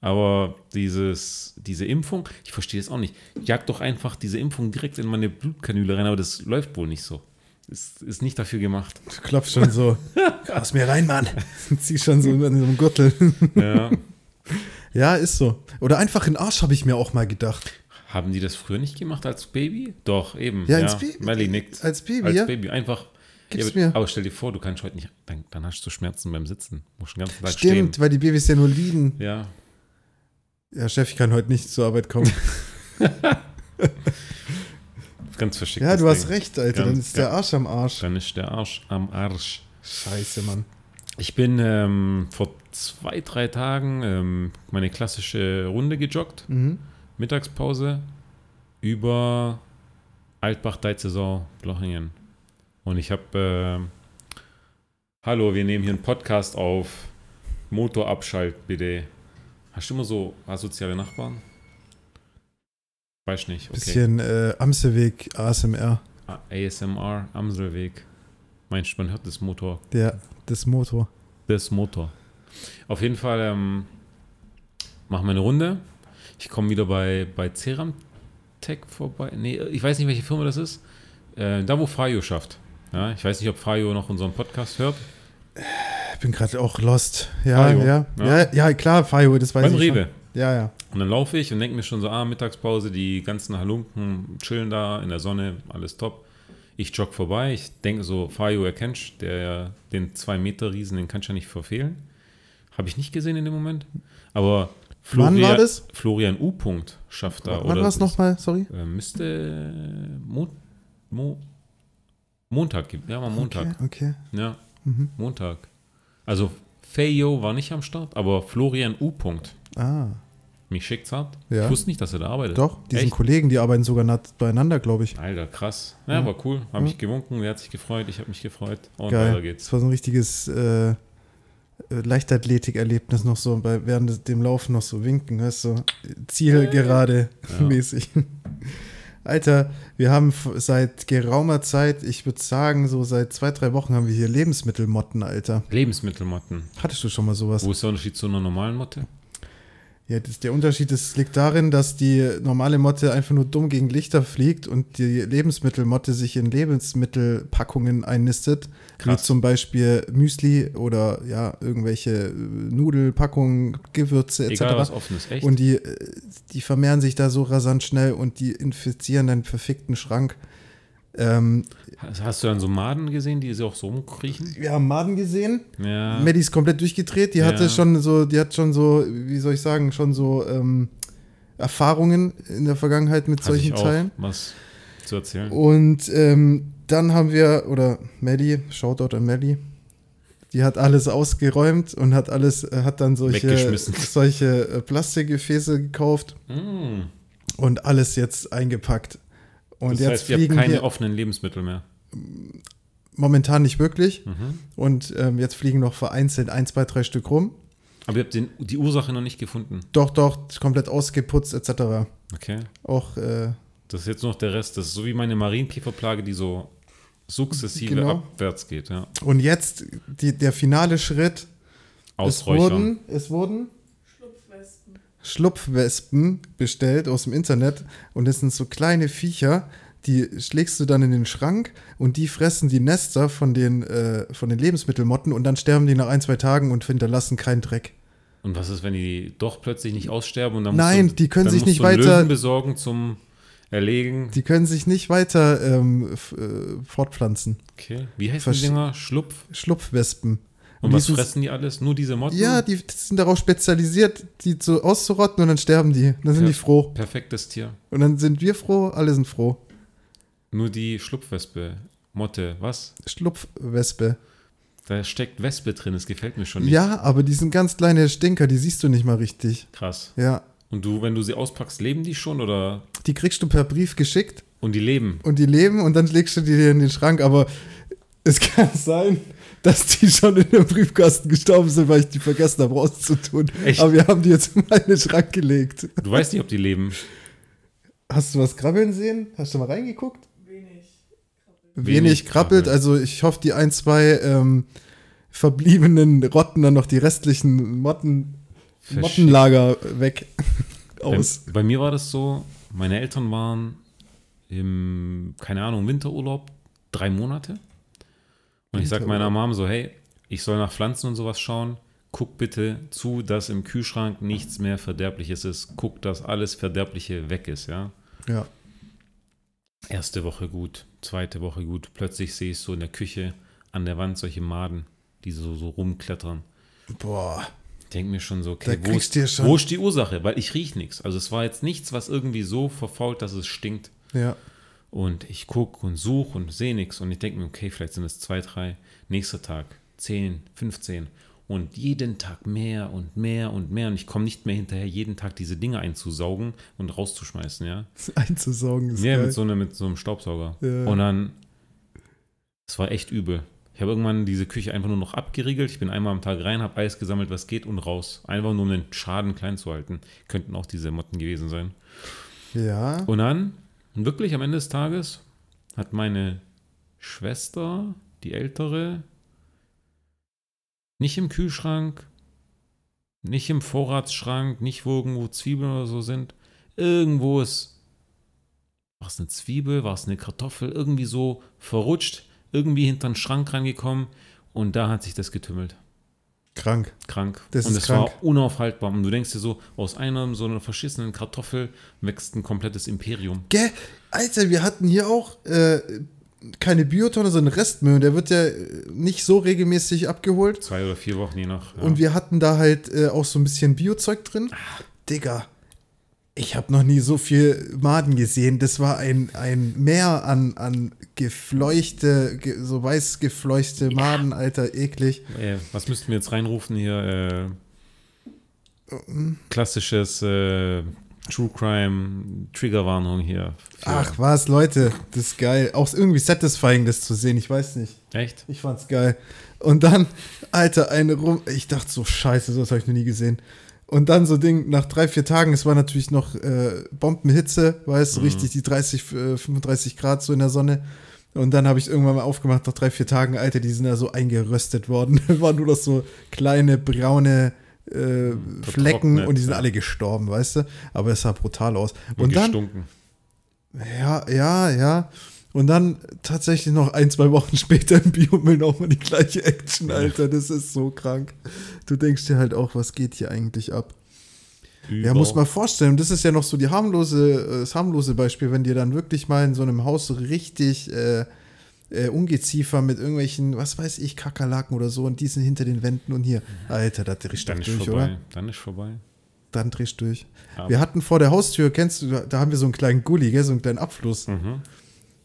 Speaker 1: Aber dieses, diese Impfung, ich verstehe es auch nicht. Jag doch einfach diese Impfung direkt in meine Blutkanüle rein, aber das läuft wohl nicht so. Ist, ist nicht dafür gemacht.
Speaker 2: Du klopfst schon so. Lass mir rein, Mann. (laughs) Zieh schon so an so einem Gürtel.
Speaker 1: Ja.
Speaker 2: (laughs) ja, ist so. Oder einfach in den Arsch, habe ich mir auch mal gedacht.
Speaker 1: Haben die das früher nicht gemacht als Baby? Doch, eben.
Speaker 2: Ja, als Baby.
Speaker 1: Melly nickt.
Speaker 2: Als Baby,
Speaker 1: Als
Speaker 2: ja.
Speaker 1: Baby, einfach.
Speaker 2: Gib's
Speaker 1: ja,
Speaker 2: mir.
Speaker 1: aber stell dir vor, du kannst heute nicht, dann, dann hast du Schmerzen beim Sitzen. Musst den ganzen Tag
Speaker 2: Stimmt,
Speaker 1: Halt stehen.
Speaker 2: weil die Babys ja nur liegen.
Speaker 1: Ja,
Speaker 2: Ja, Chef, ich kann heute nicht zur
Speaker 1: (laughs)
Speaker 2: Arbeit kommen.
Speaker 1: ganz verschickt.
Speaker 2: ja, du hast recht, Alter. Dann
Speaker 1: Ganz-
Speaker 2: ist der Arsch am Arsch.
Speaker 1: Dann ist der Arsch am Arsch.
Speaker 2: Scheiße, Mann.
Speaker 1: Ich bin ähm, vor zwei, drei Tagen ähm, meine klassische Runde gejoggt,
Speaker 2: Mhm.
Speaker 1: Mittagspause, über altbach saison Blochingen. Und ich habe, ähm, hallo, wir nehmen hier einen Podcast auf, Motor abschalt, bitte. Hast du immer so asoziale Nachbarn? Weiß nicht. Okay.
Speaker 2: Bisschen äh, Amseweg ASMR.
Speaker 1: A- ASMR, Amselweg. Meinst du, man hört das Motor?
Speaker 2: Der, das Motor.
Speaker 1: Das Motor. Auf jeden Fall ähm, machen wir eine Runde. Ich komme wieder bei, bei Ceramtech vorbei. Nee, äh, ich weiß nicht, welche Firma das ist. Äh, da, wo Fayo schafft. Ja, ich weiß nicht, ob Fayo noch unseren Podcast hört.
Speaker 2: Ich bin gerade auch lost. Ja,
Speaker 1: Fayo.
Speaker 2: ja,
Speaker 1: Ja.
Speaker 2: ja. Ja, klar, Fayo, das weiß
Speaker 1: Beim
Speaker 2: ich schon.
Speaker 1: ne? Rewe.
Speaker 2: Ja, ja.
Speaker 1: Und dann laufe ich und denke mir schon so, ah, Mittagspause, die ganzen Halunken chillen da in der Sonne, alles top. Ich jogge vorbei, ich denke so, Fayo erkennst, der den 2-Meter-Riesen, den kannst du ja nicht verfehlen. Habe ich nicht gesehen in dem Moment. Aber
Speaker 2: Wann war das?
Speaker 1: Florian U. -Punkt schafft da.
Speaker 2: Wann war es nochmal? Sorry.
Speaker 1: Äh, Müsste Mon Mo Montag, ge- ja, war Montag.
Speaker 2: Okay, okay. Mhm.
Speaker 1: Ja, Montag. Also Feyo war nicht am Start, aber Florian U. -Punkt.
Speaker 2: Ah,
Speaker 1: Mich schickt's ab.
Speaker 2: Ja.
Speaker 1: Ich wusste nicht, dass er da arbeitet.
Speaker 2: doch. Die sind
Speaker 1: Echt?
Speaker 2: Kollegen, die arbeiten sogar nah beieinander, glaube ich.
Speaker 1: Alter, krass. Ja, war cool. Hab mich gewunken, der hat sich gefreut, ich habe mich gefreut. Und weiter
Speaker 2: Geil.
Speaker 1: geht's.
Speaker 2: Das war so ein richtiges äh, äh, Leichtathletik-Erlebnis noch so, bei, während des- dem Laufen noch so winken, weißt du, so zielgerade
Speaker 1: Ja.
Speaker 2: (laughs) mäßig. Alter, wir haben f- seit geraumer Zeit, ich würde sagen, so seit zwei, drei Wochen haben wir hier Lebensmittelmotten, Alter.
Speaker 1: Lebensmittelmotten.
Speaker 2: Hattest du schon mal sowas?
Speaker 1: Wo ist der Unterschied zu einer normalen Motte?
Speaker 2: Ja, das, der Unterschied ist, liegt darin, dass die normale Motte einfach nur dumm gegen Lichter fliegt und die Lebensmittelmotte sich in Lebensmittelpackungen einnistet.
Speaker 1: Krass.
Speaker 2: Wie zum Beispiel Müsli oder ja, irgendwelche äh, Nudelpackungen, Gewürze etc.
Speaker 1: Egal was offen ist, echt?
Speaker 2: und die, äh, die vermehren sich da so rasant schnell und die infizieren deinen verfickten Schrank. Ähm,
Speaker 1: hast, hast du dann so Maden gesehen, die sie auch so rumkriechen?
Speaker 2: wir haben Maden gesehen.
Speaker 1: Ja.
Speaker 2: Maddie ist komplett durchgedreht. Die hatte
Speaker 1: Ja.
Speaker 2: schon so, die hat schon so, wie soll ich sagen, schon so ähm, Erfahrungen in der Vergangenheit mit
Speaker 1: Hatte ich
Speaker 2: solchen
Speaker 1: auch
Speaker 2: Teilen.
Speaker 1: was zu erzählen.
Speaker 2: Und ähm, dann haben wir, oder Maddie, Shoutout an Maddie, die hat alles ausgeräumt und hat alles, äh, hat dann solche,
Speaker 1: Weggeschmissen.
Speaker 2: (laughs) solche äh, Plastikgefäße gekauft
Speaker 1: Mm.
Speaker 2: Oh. und alles jetzt eingepackt. Und
Speaker 1: Das
Speaker 2: jetzt
Speaker 1: heißt, ihr habt
Speaker 2: fliegen
Speaker 1: keine
Speaker 2: wir
Speaker 1: offenen Lebensmittel mehr.
Speaker 2: momentan nicht wirklich.
Speaker 1: Mhm.
Speaker 2: Und ähm, jetzt fliegen noch vereinzelt ein, zwei, drei Stück rum.
Speaker 1: Aber ihr habt den, die Ursache noch nicht gefunden.
Speaker 2: Doch, doch, komplett ausgeputzt etc.
Speaker 1: Okay.
Speaker 2: Auch äh,
Speaker 1: Das ist jetzt nur noch der Rest. Das ist so wie meine Marienkäferplage, die so sukzessive
Speaker 2: Genau.
Speaker 1: abwärts geht. Ja.
Speaker 2: und jetzt die, der finale Schritt. Es
Speaker 1: Ausräuchern.
Speaker 2: wurden, es wurden
Speaker 3: Schlupfwespen.
Speaker 2: Schlupfwespen bestellt aus dem Internet und das sind so kleine Viecher, die schlägst du dann in den Schrank und die fressen die Nester von den, äh, von den Lebensmittelmotten und dann sterben die nach ein, zwei Tagen und hinterlassen keinen Dreck.
Speaker 1: Und was ist, wenn die doch plötzlich nicht aussterben und dann
Speaker 2: Nein,
Speaker 1: musst du,
Speaker 2: die können
Speaker 1: dann
Speaker 2: sich
Speaker 1: musst
Speaker 2: nicht
Speaker 1: du einen
Speaker 2: weiter-
Speaker 1: Löwen besorgen zum Erlegen.
Speaker 2: Die können sich nicht weiter ähm, f- äh, fortpflanzen.
Speaker 1: Okay. Wie heißen die
Speaker 2: Verste-
Speaker 1: Dinger? Schlupf.
Speaker 2: Schlupfwespen.
Speaker 1: Und was
Speaker 2: die sind-
Speaker 1: fressen die alles? Nur diese Motten?
Speaker 2: Ja, die sind darauf spezialisiert, die zu, auszurotten und dann sterben die. Dann sind
Speaker 1: Ja.
Speaker 2: die froh.
Speaker 1: Perfektes Tier.
Speaker 2: Und dann sind wir froh, alle sind froh.
Speaker 1: Nur die Schlupfwespe. Motte. Was?
Speaker 2: Schlupfwespe.
Speaker 1: Da steckt Wespe drin. Das gefällt mir schon nicht.
Speaker 2: Ja, aber die sind ganz kleine Stinker, die siehst du nicht mal richtig.
Speaker 1: Krass.
Speaker 2: Ja.
Speaker 1: Und du, wenn du sie auspackst, leben die schon oder?
Speaker 2: Die kriegst du per Brief geschickt
Speaker 1: Und die leben.
Speaker 2: und die leben und dann legst du die dir in den Schrank, aber es kann (laughs) sein, dass die schon in dem Briefkasten gestorben sind, weil ich die vergessen habe rauszutun.
Speaker 1: Echt?
Speaker 2: Aber wir haben die jetzt mal in den Schrank gelegt.
Speaker 1: Du weißt nicht, ob die leben.
Speaker 2: Hast du was krabbeln sehen? Hast du mal reingeguckt?
Speaker 3: Wenig.
Speaker 1: Wenig
Speaker 2: wenig krabbelt.
Speaker 1: krabbelt.
Speaker 2: Also ich hoffe, die ein, zwei ähm, verbliebenen Rotten dann noch die restlichen Motten,
Speaker 1: Verschickt.
Speaker 2: Mottenlager weg aus.
Speaker 1: Bei, bei mir war das so, meine Eltern waren im, keine Ahnung, Winterurlaub, drei Monate. Und ich sag meiner Mom so, hey, ich soll nach Pflanzen und sowas schauen. Guck bitte zu, dass im Kühlschrank nichts mehr Verderbliches ist. Guck, dass alles Verderbliche weg ist, ja.
Speaker 2: Ja.
Speaker 1: Erste Woche gut, zweite Woche gut. Plötzlich sehe ich so in der Küche an der Wand solche Maden, die so, so rumklettern.
Speaker 2: Boah.
Speaker 1: denke mir schon so, okay,
Speaker 2: Da
Speaker 1: wo
Speaker 2: kriegst
Speaker 1: ist,
Speaker 2: du ja schon-
Speaker 1: wo ist die Ursache? Weil ich rieche nichts. Also es war jetzt nichts, was irgendwie so verfault, dass es stinkt.
Speaker 2: Ja. (laughs)
Speaker 1: Und ich gucke und suche und sehe nichts. Und ich denke mir, okay, vielleicht sind es zwei, drei. Nächster Tag, 10, 15. Und jeden Tag mehr und mehr und mehr. Und ich komme nicht mehr hinterher, jeden Tag diese Dinge einzusaugen und rauszuschmeißen, ja.
Speaker 2: Einzusaugen ist
Speaker 1: Ja,
Speaker 2: geil.
Speaker 1: mit so, einem, mit so einem Staubsauger.
Speaker 2: Ja.
Speaker 1: Und dann, es war echt übel. Ich habe irgendwann diese Küche einfach nur noch abgeriegelt. Ich bin einmal am Tag rein, habe Eis gesammelt, was geht und raus. Einfach nur, um den Schaden klein zu halten. Könnten auch diese Motten gewesen sein.
Speaker 2: Ja.
Speaker 1: Und dann, wirklich am Ende des Tages, hat meine Schwester, die ältere, nicht im Kühlschrank, nicht im Vorratsschrank, nicht wo irgendwo Zwiebeln oder so sind. Irgendwo ist, war es eine Zwiebel, war es eine Kartoffel, irgendwie so verrutscht, irgendwie hinter den Schrank reingekommen und da hat sich das getümmelt
Speaker 2: Krank.
Speaker 1: krank.
Speaker 2: Das
Speaker 1: und
Speaker 2: ist
Speaker 1: es
Speaker 2: krank.
Speaker 1: war unaufhaltbar. Und du denkst dir so, aus einer so einer verschissenen Kartoffel wächst ein komplettes Imperium.
Speaker 2: Gell? Alter, wir hatten hier auch äh, keine Biotonne, sondern Restmüll. Der wird ja äh, nicht so regelmäßig abgeholt.
Speaker 1: Zwei oder vier Wochen, je nach. Ja.
Speaker 2: Und wir hatten da halt äh, auch so ein bisschen Biozeug drin. Digga, ich habe noch nie so viel Maden gesehen. Das war ein, ein Meer an, an gefleuchte, ge, so weiß gefleuchte Maden, Alter, eklig.
Speaker 1: äh, was müssten wir jetzt reinrufen hier?
Speaker 2: Oh,
Speaker 1: Äh,
Speaker 2: hm.
Speaker 1: klassisches äh, True Crime Triggerwarnung hier. Für-
Speaker 2: Ach was, Leute, das ist geil. Auch irgendwie satisfying, das zu sehen. Ich weiß nicht.
Speaker 1: Echt?
Speaker 2: Ich fand's geil. Und dann, Alter, eine rum. Ich dachte so, scheiße, sowas habe ich noch nie gesehen. Und dann so Ding, nach drei, vier Tagen, es war natürlich noch äh, Bombenhitze, weißt
Speaker 1: Mhm.
Speaker 2: du, richtig die 30, äh, 35 Grad so in der Sonne. Und dann habe ich irgendwann mal aufgemacht, nach drei, vier Tagen, Alter, die sind da so eingeröstet worden. (laughs) Da waren nur noch so kleine braune äh, Flecken und die sind
Speaker 1: Mhm, ja.
Speaker 2: alle gestorben, weißt du? Aber es sah brutal aus. Und,
Speaker 1: Und,
Speaker 2: dann,
Speaker 1: gestunken.
Speaker 2: ja, ja, ja. Und dann tatsächlich noch ein, zwei Wochen (laughs) später im Biomüll nochmal die gleiche Action, Alter. Das ist so krank. Du denkst dir halt auch, was geht hier eigentlich ab? Ja, muss man vorstellen. Das ist ja noch so die harmlose, äh, das harmlose Beispiel, wenn dir dann wirklich mal in so einem Haus so richtig äh, äh, Ungeziefer mit irgendwelchen, was weiß ich, Kakerlaken oder so und die sind hinter den Wänden und hier. Alter, da drehst du
Speaker 1: Mhm. Dann
Speaker 2: durch,
Speaker 1: ist vorbei.
Speaker 2: oder?
Speaker 1: Dann ist vorbei.
Speaker 2: Dann drehst du durch.
Speaker 1: Ja.
Speaker 2: Wir hatten vor der Haustür, kennst du, da haben wir so einen kleinen Gully, gell, so einen kleinen Abfluss.
Speaker 1: Mhm.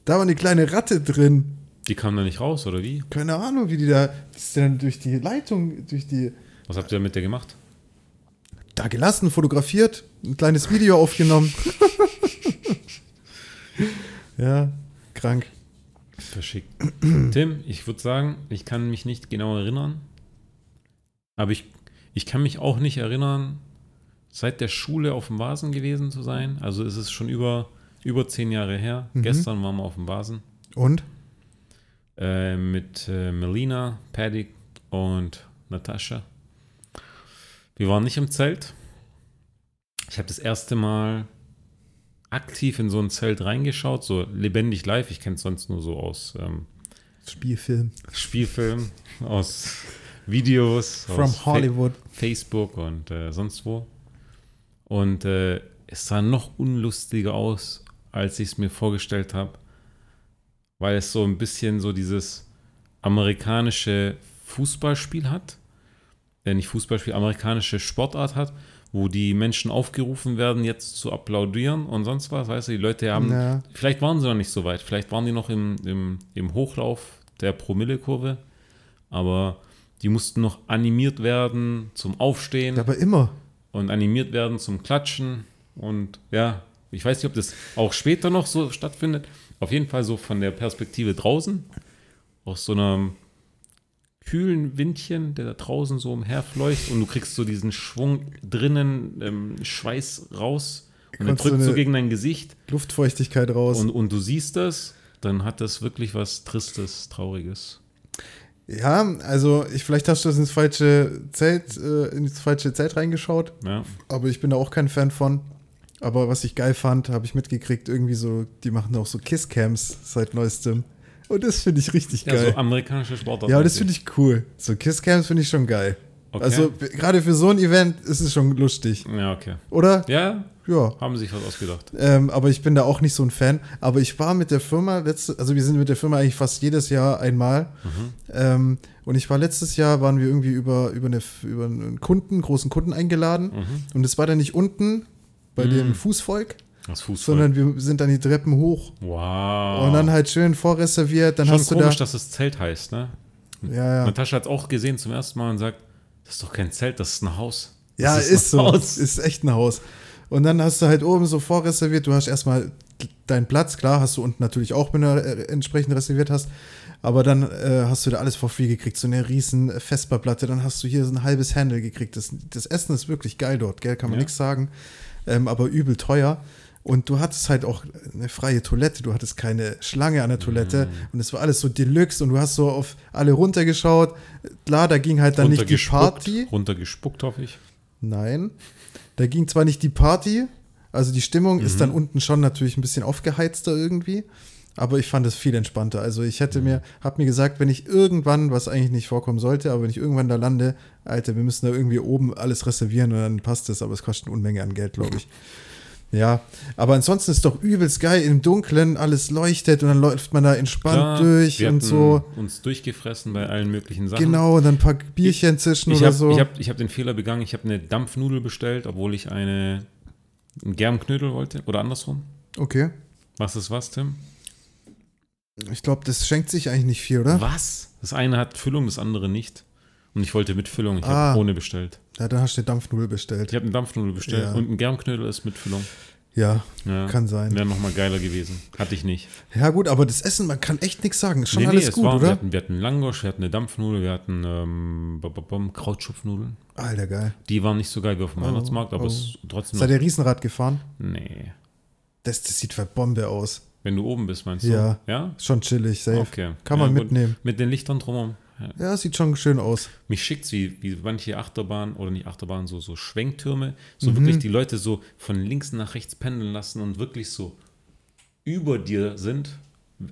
Speaker 2: Da war eine kleine Ratte drin.
Speaker 1: Die kam da nicht raus, oder wie?
Speaker 2: Keine Ahnung, wie die da. Die ist dann durch die Leitung, durch die.
Speaker 1: Was habt ihr mit der gemacht?
Speaker 2: Da gelassen, fotografiert, ein kleines Video aufgenommen.
Speaker 1: (laughs)
Speaker 2: ja, krank.
Speaker 1: Verschickt. Tim, ich würde sagen, ich kann mich nicht genau erinnern, aber ich, ich kann mich auch nicht erinnern, seit der Schule auf dem Vasen gewesen zu sein. Also es ist schon über, über zehn Jahre her. Gestern waren wir auf dem Vasen
Speaker 2: Und?
Speaker 1: äh, mit äh, Melina, Paddy und Natascha. Wir waren nicht im Zelt. Ich habe das erste Mal aktiv in so ein Zelt reingeschaut, so lebendig live. Ich kenne es sonst nur so aus ähm,
Speaker 2: Spielfilm.
Speaker 1: Spielfilm, aus Videos,
Speaker 2: From
Speaker 1: aus Fa-
Speaker 2: Hollywood.
Speaker 1: Facebook und äh, sonst wo. Und äh, es sah noch unlustiger aus, als ich es mir vorgestellt habe, weil es so ein bisschen so dieses amerikanische Fußballspiel hat, äh, nicht Fußballspiel, amerikanische Sportart hat, wo die Menschen aufgerufen werden, jetzt zu applaudieren und sonst was. Weißt du, die Leute haben,
Speaker 2: Ja.
Speaker 1: vielleicht waren sie noch nicht so weit, vielleicht waren die noch im, im, im Hochlauf der Promillekurve, aber die mussten noch animiert werden zum Aufstehen
Speaker 2: Aber immer.
Speaker 1: und animiert werden zum Klatschen. Und ja, ich weiß nicht, ob das auch später noch so stattfindet. Auf jeden Fall so von der Perspektive draußen, aus so einem kühlen Windchen, der da draußen so umherfleucht und du kriegst so diesen Schwung drinnen, ähm, Schweiß raus und er
Speaker 2: Konntest du
Speaker 1: drückt so
Speaker 2: eine-
Speaker 1: gegen dein Gesicht
Speaker 2: Luftfeuchtigkeit raus.
Speaker 1: und, und du siehst das, dann hat das wirklich was Tristes, Trauriges.
Speaker 2: ja, also ich, vielleicht hast du das ins falsche Zelt, äh, ins falsche Zelt reingeschaut.
Speaker 1: Ja.
Speaker 2: aber ich bin da auch kein Fan von. Aber was ich geil fand, habe ich mitgekriegt, irgendwie so, die machen auch so Kisscams seit neuestem. Und das finde ich richtig
Speaker 1: Ja,
Speaker 2: geil.
Speaker 1: so amerikanische Sportart.
Speaker 2: ja, das finde ich cool. So Kisscams finde ich schon geil.
Speaker 1: Okay.
Speaker 2: Also b- gerade für so ein Event ist es schon lustig.
Speaker 1: Ja, okay.
Speaker 2: Oder?
Speaker 1: Ja,
Speaker 2: Ja.
Speaker 1: haben sich was ausgedacht.
Speaker 2: Ähm, aber ich bin da auch nicht so ein Fan. Aber ich war mit der Firma letzte, also wir sind mit der Firma eigentlich fast jedes Jahr einmal.
Speaker 1: Mhm.
Speaker 2: Ähm, und ich war letztes Jahr, waren wir irgendwie über, über, eine, über einen Kunden, großen Kunden eingeladen.
Speaker 1: Mhm.
Speaker 2: Und es war dann nicht unten bei dem Fußvolk,
Speaker 1: Das Fußball.
Speaker 2: sondern wir sind dann die Treppen hoch.
Speaker 1: Wow.
Speaker 2: Und dann halt schön vorreserviert. Dann
Speaker 1: Ah. Schon
Speaker 2: hast du
Speaker 1: komisch,
Speaker 2: da.
Speaker 1: dass es Zelt heißt, ne?
Speaker 2: Ja, ja.
Speaker 1: Natascha hat es auch gesehen zum ersten Mal und sagt, das ist doch kein Zelt, das ist ein Haus.
Speaker 2: Ja,
Speaker 1: das
Speaker 2: ist, so.
Speaker 1: ein Haus.
Speaker 2: Ist echt ein Haus. Und dann hast du halt oben so vorreserviert. Du hast erstmal deinen Platz. Klar, hast du unten natürlich auch, wenn du äh, entsprechend reserviert hast. Aber dann äh, hast du da alles for free gekriegt. So eine riesen äh, Vesperplatte. Dann hast du hier so ein halbes Handle gekriegt. Das, das Essen ist wirklich geil dort, gell? Kann man
Speaker 1: Ja.
Speaker 2: nichts sagen. Ähm, aber übel teuer. Und du hattest halt auch eine freie Toilette, du hattest keine Schlange an der
Speaker 1: Mhm.
Speaker 2: Toilette und es war alles so Deluxe und du hast so auf alle runtergeschaut. Klar, da ging halt dann nicht die Party.
Speaker 1: Runtergespuckt, hoffe ich.
Speaker 2: Nein. Da ging zwar nicht die Party, also die Stimmung
Speaker 1: Mhm.
Speaker 2: ist dann unten schon natürlich ein bisschen aufgeheizter irgendwie, aber ich fand es viel entspannter. Also ich hätte mir, hab mir gesagt, wenn ich irgendwann, was eigentlich nicht vorkommen sollte, aber wenn ich irgendwann da lande, Alter, wir müssen da irgendwie oben alles reservieren und dann passt es, aber es kostet eine Unmenge an Geld, glaube ich. Ja, aber ansonsten ist doch übelst geil im Dunkeln, alles leuchtet und dann läuft man da entspannt
Speaker 1: Klar,
Speaker 2: durch
Speaker 1: wir
Speaker 2: und
Speaker 1: hatten
Speaker 2: so.
Speaker 1: uns durchgefressen bei allen möglichen Sachen.
Speaker 2: Genau, und dann ein paar Bierchen zischen
Speaker 1: Ich
Speaker 2: oder
Speaker 1: habe
Speaker 2: so.
Speaker 1: ich hab, ich hab den Fehler begangen, ich habe eine Dampfnudel bestellt, obwohl ich eine einen Germknödel wollte. Oder andersrum.
Speaker 2: okay.
Speaker 1: Was ist was, Tim?
Speaker 2: Ich glaube, das schenkt sich eigentlich nicht viel, oder?
Speaker 1: Was? Das eine hat Füllung, das andere nicht. Und ich wollte mit Füllung, ich
Speaker 2: Ah.
Speaker 1: habe ohne bestellt.
Speaker 2: Ja, dann hast du eine Dampfnudel bestellt.
Speaker 1: Ich habe eine Dampfnudel bestellt
Speaker 2: Ja.
Speaker 1: und ein Germknödel ist mit Füllung.
Speaker 2: Ja,
Speaker 1: Ja.
Speaker 2: kann sein.
Speaker 1: Wäre nochmal geiler gewesen. Hatte ich nicht.
Speaker 2: Ja, gut, aber das Essen, man kann echt nichts sagen. Ist schon
Speaker 1: Nee, nee,
Speaker 2: alles
Speaker 1: es
Speaker 2: gut,
Speaker 1: war- Wir
Speaker 2: oder?
Speaker 1: hatten, wir hatten Langosch, wir hatten eine Dampfnudel, wir hatten ähm, bom, bom, bom, Krautschupfnudeln.
Speaker 2: Alter, geil.
Speaker 1: Die waren nicht so geil wie auf dem Weihnachtsmarkt, aber
Speaker 2: oh.
Speaker 1: es trotzdem.
Speaker 2: Seid ihr Riesenrad gefahren?
Speaker 1: nee.
Speaker 2: Das, das sieht für Bombe aus.
Speaker 1: Wenn du oben bist, meinst
Speaker 2: Ja.
Speaker 1: du? Ja.
Speaker 2: Schon chillig, safe.
Speaker 1: Okay.
Speaker 2: Kann
Speaker 1: Ja,
Speaker 2: man
Speaker 1: gut.
Speaker 2: mitnehmen.
Speaker 1: Mit den Lichtern drumherum. Ja.
Speaker 2: Ja, sieht schon schön aus.
Speaker 1: Mich schickt's wie, wie manche Achterbahn oder nicht Achterbahn, so, so Schwenktürme, so
Speaker 2: Mhm.
Speaker 1: wirklich die Leute so von links nach rechts pendeln lassen und wirklich so über dir sind,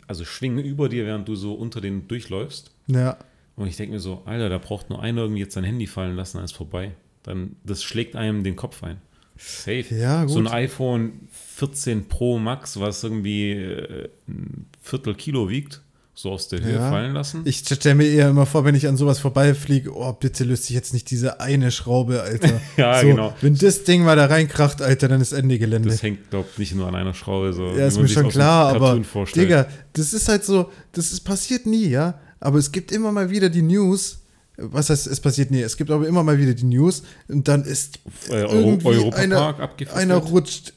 Speaker 1: also schwingen über dir, während du so unter denen durchläufst.
Speaker 2: Ja,
Speaker 1: Und ich denke mir so, Alter, da braucht nur einer irgendwie jetzt sein Handy fallen lassen, dann ist vorbei. Dann, das schlägt einem den Kopf ein. Safe.
Speaker 2: Ja, gut.
Speaker 1: So ein iPhone 14 Pro Max, was irgendwie äh, ein Viertel Kilo wiegt, so aus der Höhe
Speaker 2: Ja.
Speaker 1: fallen lassen.
Speaker 2: ich stelle mir eher immer vor, wenn ich an sowas vorbeifliege, oh, bitte löst dich jetzt nicht diese eine Schraube, Alter.
Speaker 1: (laughs) Ja,
Speaker 2: so,
Speaker 1: genau.
Speaker 2: Wenn das Ding mal da reinkracht, Alter, dann ist Ende Gelände.
Speaker 1: das hängt, glaube ich, nicht nur an einer Schraube. So,
Speaker 2: Ja, ist mir schon klar, aber Digga, das ist halt so, das ist passiert nie, ja. Aber es gibt immer mal wieder die News. Was heißt, es passiert nie? Es gibt aber immer mal wieder die News und dann ist
Speaker 1: Äh, Euro-
Speaker 2: irgendwie
Speaker 1: Europapark
Speaker 2: einer,
Speaker 1: abgefickelt.
Speaker 2: einer rutscht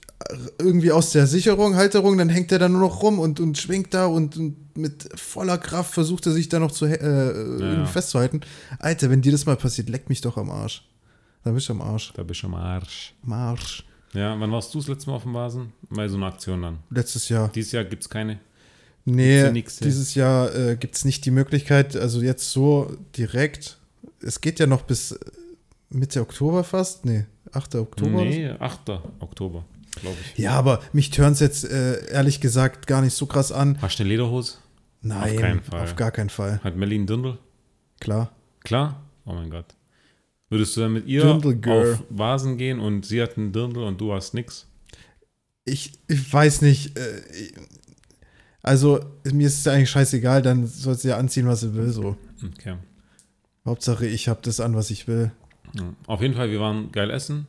Speaker 2: irgendwie aus der Sicherung, Halterung, dann hängt er da nur noch rum und, und schwingt da und, und mit voller Kraft versucht er sich da noch zu, hä- äh, irgendwie festzuhalten. Alter, wenn dir das mal passiert, leck mich doch am Arsch. Dann bist du am Arsch.
Speaker 1: Da bist du am Arsch.
Speaker 2: Am Arsch.
Speaker 1: Ja, wann warst du das letzte Mal auf dem Basen? Bei so einer Aktion dann.
Speaker 2: Letztes Jahr.
Speaker 1: Dieses Jahr gibt es keine.
Speaker 2: Nee,
Speaker 1: ja nix, ja.
Speaker 2: dieses Jahr äh, gibt es nicht die Möglichkeit, also jetzt so direkt. Es geht ja noch bis äh, Mitte Oktober fast. Nee, 8. Oktober.
Speaker 1: Nee, 8. Oktober, glaube ich.
Speaker 2: Ja, aber mich turns jetzt äh, ehrlich gesagt gar nicht so krass an.
Speaker 1: Hast du eine Lederhose?
Speaker 2: Nein, auf,
Speaker 1: keinen Fall.
Speaker 2: gar keinen Fall.
Speaker 1: Hat Melin Dirndl?
Speaker 2: Klar.
Speaker 1: Klar. Oh mein Gott. Würdest du dann mit ihr
Speaker 2: Dirndl-Girl.
Speaker 1: auf Vasen gehen und sie hat einen Dirndl und du hast nix?
Speaker 2: Ich, ich weiß nicht. Äh, ich- also, mir ist es ja eigentlich scheißegal, dann soll sie ja anziehen, was sie will. So.
Speaker 1: Okay.
Speaker 2: Hauptsache, ich habe das an, was ich will.
Speaker 1: Ja. Auf jeden Fall, wir waren geil essen.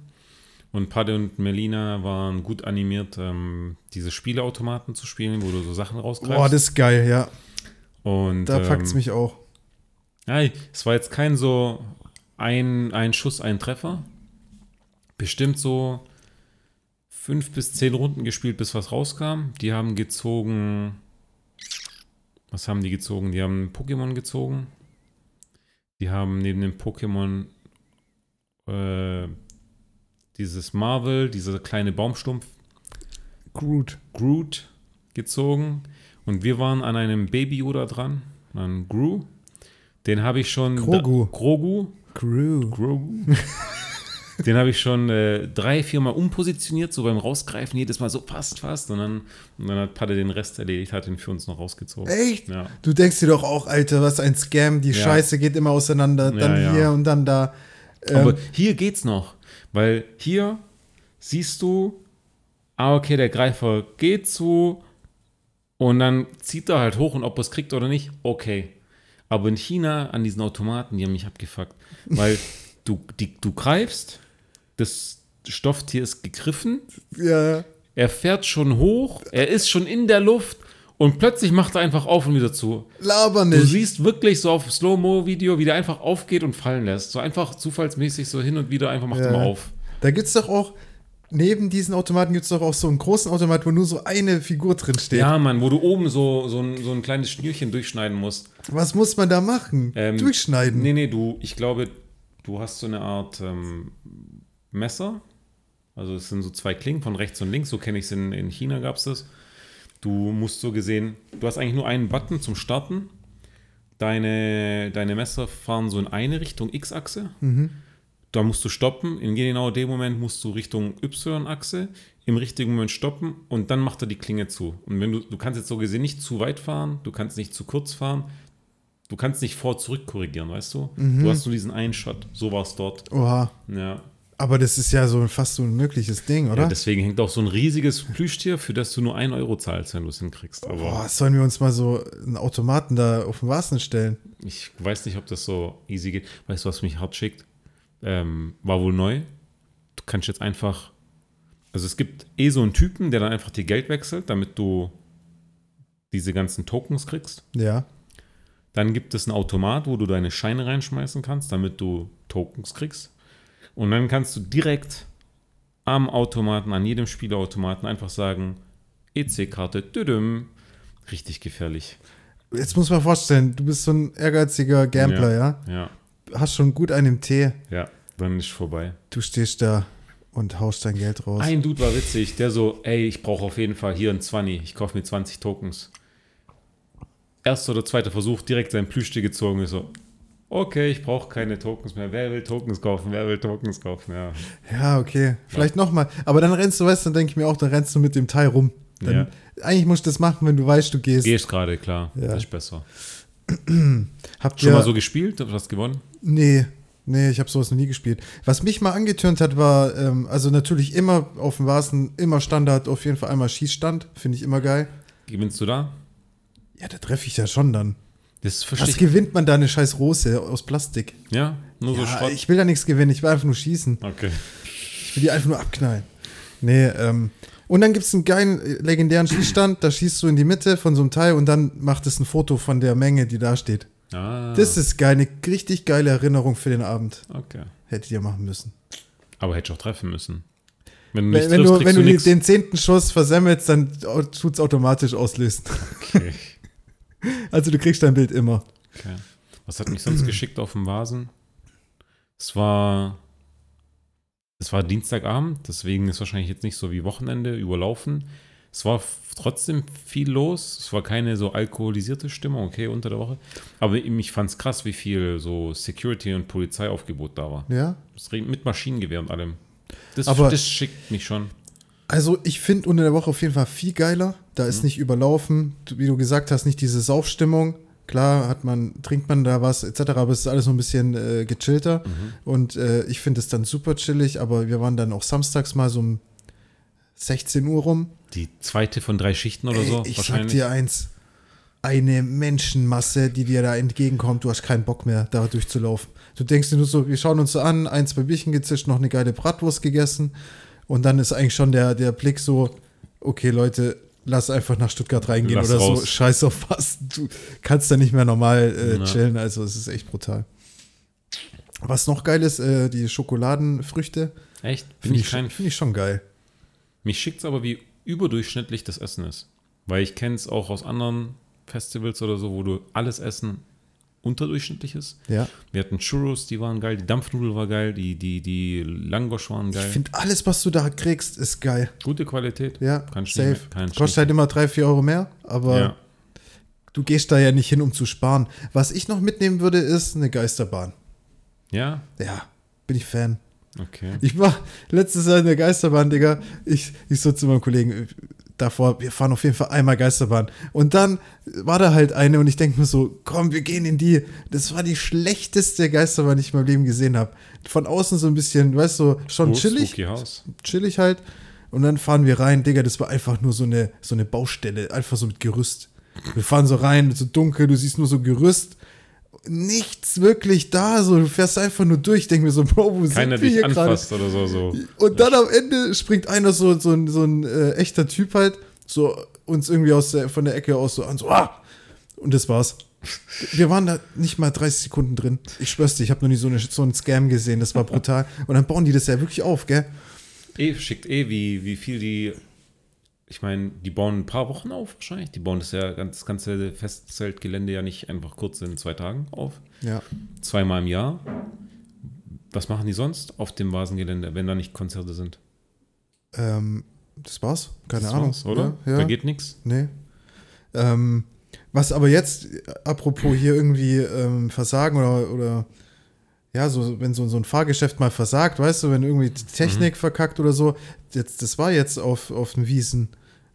Speaker 1: Und Padde und Melina waren gut animiert, ähm, diese Spieleautomaten zu spielen, wo du so Sachen rausgreifst.
Speaker 2: Boah, das ist geil, ja.
Speaker 1: und,
Speaker 2: Da
Speaker 1: ähm,
Speaker 2: packt es mich auch.
Speaker 1: Ja, es war jetzt kein so ein, ein Schuss, ein Treffer. Bestimmt so fünf bis zehn Runden gespielt, bis was rauskam. Die haben gezogen. Was haben die gezogen? Die haben Pokémon gezogen. Die haben neben dem Pokémon äh, dieses Marvel, dieser kleine Baumstumpf,
Speaker 2: Groot.
Speaker 1: Groot gezogen und wir waren an einem Baby Yoda dran, an Gru. Den habe ich schon
Speaker 2: Grogu.
Speaker 1: Da, Grogu,
Speaker 2: Groot. (laughs)
Speaker 1: Grogu. Den habe ich schon äh, drei, viermal umpositioniert, so beim Rausgreifen jedes Mal so fast, fast. Und dann, und dann hat Padde den Rest erledigt, hat ihn für uns noch rausgezogen.
Speaker 2: Echt?
Speaker 1: Ja.
Speaker 2: Du denkst dir doch auch, Alter, was ein Scam, die
Speaker 1: Ja.
Speaker 2: Scheiße geht immer auseinander, dann
Speaker 1: ja.
Speaker 2: hier und dann da. Ähm,
Speaker 1: Aber hier geht's noch, weil hier siehst du, ah, okay, der Greifer geht zu und dann zieht er halt hoch und ob er es kriegt oder nicht, okay. Aber in China an diesen Automaten, die haben mich abgefuckt, weil du, die, du greifst, das Stofftier ist gegriffen,
Speaker 2: ja,
Speaker 1: er fährt schon hoch, er ist schon in der Luft und plötzlich macht er einfach auf und wieder zu.
Speaker 2: laber
Speaker 1: Du
Speaker 2: nicht.
Speaker 1: siehst wirklich so auf Slow-Mo-Video, wie der einfach aufgeht und fallen lässt. So einfach zufallsmäßig so hin und wieder einfach macht er mal auf.
Speaker 2: Da gibt's doch auch, neben diesen Automaten gibt's doch auch so einen großen Automat, wo nur so eine Figur drin steht.
Speaker 1: Ja, Mann, wo du oben so, so, ein, so ein kleines Schnürchen durchschneiden musst.
Speaker 2: Was muss man da machen?
Speaker 1: Ähm,
Speaker 2: Durchschneiden.
Speaker 1: Nee, nee, du, ich glaube, du hast so eine Art ähm, Messer Also es sind so zwei Klingen von rechts und links, so kenne ich es in, in China gab es das. Du musst so gesehen, du hast eigentlich nur einen Button zum Starten. Deine, deine Messer fahren so in eine Richtung X-Achse. Da musst du stoppen. In genau dem Moment musst du Richtung Y-Achse im richtigen Moment stoppen und dann macht er die Klinge zu. Und wenn du, du kannst jetzt so gesehen nicht zu weit fahren, du kannst nicht zu kurz fahren, du kannst nicht vor zurück korrigieren, weißt du? Du hast nur diesen einen Shot. So war es dort.
Speaker 2: Oha.
Speaker 1: Ja.
Speaker 2: Aber das ist ja so fast so ein mögliches Ding, oder?
Speaker 1: Ja, deswegen hängt auch so ein riesiges Plüschtier, für das du nur 1 Euro zahlst, wenn du es hinkriegst. Aber
Speaker 2: Boah, sollen wir uns mal so einen Automaten da auf den Wasen stellen?
Speaker 1: ich weiß nicht, ob das so easy geht. Weißt du, was mich hart schickt? Ähm, war wohl neu. Du kannst jetzt einfach. Also es gibt eh so einen Typen, der dann einfach dir Geld wechselt, damit du diese ganzen Tokens kriegst.
Speaker 2: Ja.
Speaker 1: Dann gibt es einen Automat, wo du deine Scheine reinschmeißen kannst, damit du Tokens kriegst. Und dann kannst du direkt am Automaten, an jedem Spielautomaten einfach sagen, EC-Karte, düdüm. Richtig gefährlich.
Speaker 2: Jetzt muss man vorstellen, du bist so ein ehrgeiziger Gambler, ja?
Speaker 1: Ja,
Speaker 2: Hast schon gut einen im Tee.
Speaker 1: ja. Dann ist vorbei.
Speaker 2: Du stehst da und haust dein Geld raus.
Speaker 1: Ein Dude war witzig, der so, ey, ich brauche auf jeden Fall hier ein 20, ich kaufe mir 20 Tokens. Erster oder zweiter Versuch, direkt sein Plüschtier gezogen, ist so, okay, ich brauche keine Tokens mehr, wer will Tokens kaufen, wer will Tokens kaufen, ja.
Speaker 2: Ja, okay. Vielleicht nochmal. Aber dann rennst du, weißt du, dann denke ich mir auch, dann rennst du mit dem Teil rum. Dann, Eigentlich musst du das machen, wenn du weißt, du gehst.
Speaker 1: Gehst gerade, klar, das ist besser.
Speaker 2: Habt
Speaker 1: Schon
Speaker 2: ihr,
Speaker 1: mal so gespielt, hast du was gewonnen?
Speaker 2: Nee, nee, ich habe sowas noch nie gespielt. Was mich mal angetürnt hat, war, ähm, also natürlich immer auf dem Wasen, immer Standard, auf jeden Fall einmal Schießstand. Finde ich immer geil.
Speaker 1: Gewinnst du da?
Speaker 2: Ja, da treffe ich ja schon dann.
Speaker 1: Das verstehe
Speaker 2: Was
Speaker 1: ich.
Speaker 2: gewinnt man da eine scheiß Rose aus Plastik?
Speaker 1: Ja, nur so
Speaker 2: Ja,
Speaker 1: Schrott.
Speaker 2: ich will da nichts gewinnen, ich will einfach nur schießen.
Speaker 1: okay.
Speaker 2: Ich will die einfach nur abknallen. Nee, ähm. Und dann gibt es einen geilen äh, legendären Schießstand, da schießt du in die Mitte von so einem Teil und dann macht es ein Foto von der Menge, die da steht.
Speaker 1: Ah,
Speaker 2: Das ist geil, eine richtig geile Erinnerung für den Abend.
Speaker 1: okay.
Speaker 2: Hättet ihr machen müssen.
Speaker 1: Aber hättest du auch treffen müssen. Wenn du
Speaker 2: Wenn,
Speaker 1: nicht
Speaker 2: wenn
Speaker 1: triffst,
Speaker 2: du, wenn
Speaker 1: kriegst
Speaker 2: du
Speaker 1: du
Speaker 2: die-
Speaker 1: nichts.
Speaker 2: den zehnten Schuss versemmelst, dann tut es automatisch auslösen. (laughs)
Speaker 1: Okay.
Speaker 2: Also du kriegst dein Bild immer.
Speaker 1: Okay. Was hat mich
Speaker 2: (clears throat)
Speaker 1: sonst geschickt auf dem Vasen? Es war. Es war Dienstagabend, deswegen ist wahrscheinlich jetzt nicht so wie Wochenende überlaufen. Es war f- trotzdem viel los. Es war keine so alkoholisierte Stimmung, okay, unter der Woche. Aber ich fand es krass, wie viel so Security- und Polizeiaufgebot da war.
Speaker 2: Ja?
Speaker 1: Es regnet mit Maschinengewehr und allem. Das,
Speaker 2: Aber-
Speaker 1: das schickt mich schon.
Speaker 2: Also ich finde unter der Woche auf jeden Fall viel geiler. Da ist nicht überlaufen, Du- wie du gesagt hast, nicht diese Saufstimmung. Klar hat man, trinkt man da was etc., aber es ist alles so ein bisschen äh, gechillter. Und äh, ich finde es dann super chillig, aber wir waren dann auch samstags mal so um 16 Uhr rum.
Speaker 1: Die zweite von drei Schichten oder
Speaker 2: Ey,
Speaker 1: so
Speaker 2: ich sag
Speaker 1: wahrscheinlich.
Speaker 2: dir eins, eine Menschenmasse, die dir da entgegenkommt, du hast keinen Bock mehr, da durchzulaufen. Du denkst dir nur so, wir schauen uns so an, ein, zwei Bierchen gezischt, noch eine geile Bratwurst gegessen und dann ist eigentlich schon der, der Blick so, okay Leute, lass einfach nach Stuttgart reingehen
Speaker 1: Lass
Speaker 2: oder so,
Speaker 1: raus.
Speaker 2: scheiß auf was, du kannst da nicht mehr normal äh,
Speaker 1: Ja.
Speaker 2: chillen, also es ist echt brutal. Was noch geil ist, äh, die Schokoladenfrüchte,
Speaker 1: Echt? Bin
Speaker 2: finde
Speaker 1: ich
Speaker 2: ich,
Speaker 1: kein
Speaker 2: schon- find ich schon geil.
Speaker 1: Mich schickt es aber, wie überdurchschnittlich das Essen ist. Weil ich kenne es auch aus anderen Festivals oder so, wo du alles Essen unterdurchschnittlich ist.
Speaker 2: Ja.
Speaker 1: Wir hatten Churros, die waren geil, die Dampfnudel war geil, die, die, die Langosch waren
Speaker 2: Ich
Speaker 1: geil.
Speaker 2: finde, alles, was du da kriegst, ist geil.
Speaker 1: Gute Qualität.
Speaker 2: Ja,
Speaker 1: Kannst
Speaker 2: safe.
Speaker 1: nicht mehr- kannst
Speaker 2: Kostet halt immer 3, 4 Euro mehr, aber
Speaker 1: ja.
Speaker 2: du gehst da ja nicht hin, um zu sparen. Was ich noch mitnehmen würde, ist eine Geisterbahn.
Speaker 1: ja,
Speaker 2: Ja, bin ich Fan.
Speaker 1: okay.
Speaker 2: Ich war letztes Jahr in der Geisterbahn, Digga. Ich, ich so zu meinem Kollegen äh, davor, wir fahren auf jeden Fall einmal Geisterbahn. Und dann war da halt eine und ich denke mir so, komm, wir gehen in die. Das war die schlechteste Geisterbahn, die ich in meinem Leben gesehen habe. Von außen so ein bisschen, weißt du, schon
Speaker 1: Wo?
Speaker 2: chillig.
Speaker 1: Spooky House.
Speaker 2: chillig halt. Und dann fahren wir rein, Digga, das war einfach nur so eine, so eine Baustelle, einfach so mit Gerüst. Wir fahren so rein, so dunkel, du siehst nur so Gerüst. Nichts wirklich da, so du fährst einfach nur durch. Ich denke mir so, Bro, wo
Speaker 1: Keiner
Speaker 2: sind wir
Speaker 1: dich
Speaker 2: hier gerade?
Speaker 1: anfasst oder so. so.
Speaker 2: Und dann am Ende springt einer so, so ein, so ein äh, echter Typ halt, so uns irgendwie aus der, von der Ecke aus so an, so, ah! Und das war's. Wir waren da nicht mal 30 Sekunden drin. Ich schwör's dir, ich habe noch nie so, eine, so einen Scam gesehen, das war brutal. Und dann bauen die das ja wirklich auf, gell?
Speaker 1: Eh, schickt eh, wie, wie viel die. Ich meine, die bauen ein paar Wochen auf wahrscheinlich. Die bauen das ja ganz- das ganze Festzeltgelände ja nicht einfach kurz in zwei Tagen auf.
Speaker 2: Ja.
Speaker 1: zweimal im Jahr. Was machen die sonst auf dem Vasengelände, wenn da nicht Konzerte sind?
Speaker 2: Ähm, das war's. Keine
Speaker 1: Das
Speaker 2: Ahnung.
Speaker 1: war's, oder?
Speaker 2: Ja, ja.
Speaker 1: Da geht nichts.
Speaker 2: Nee. Ähm, was aber jetzt, äh, apropos hier irgendwie ähm, Versagen oder, oder ja, so, wenn so, so ein Fahrgeschäft mal versagt, weißt du, wenn irgendwie die
Speaker 1: Mhm.
Speaker 2: Technik verkackt oder so, jetzt, das war jetzt auf, auf den Wiesen.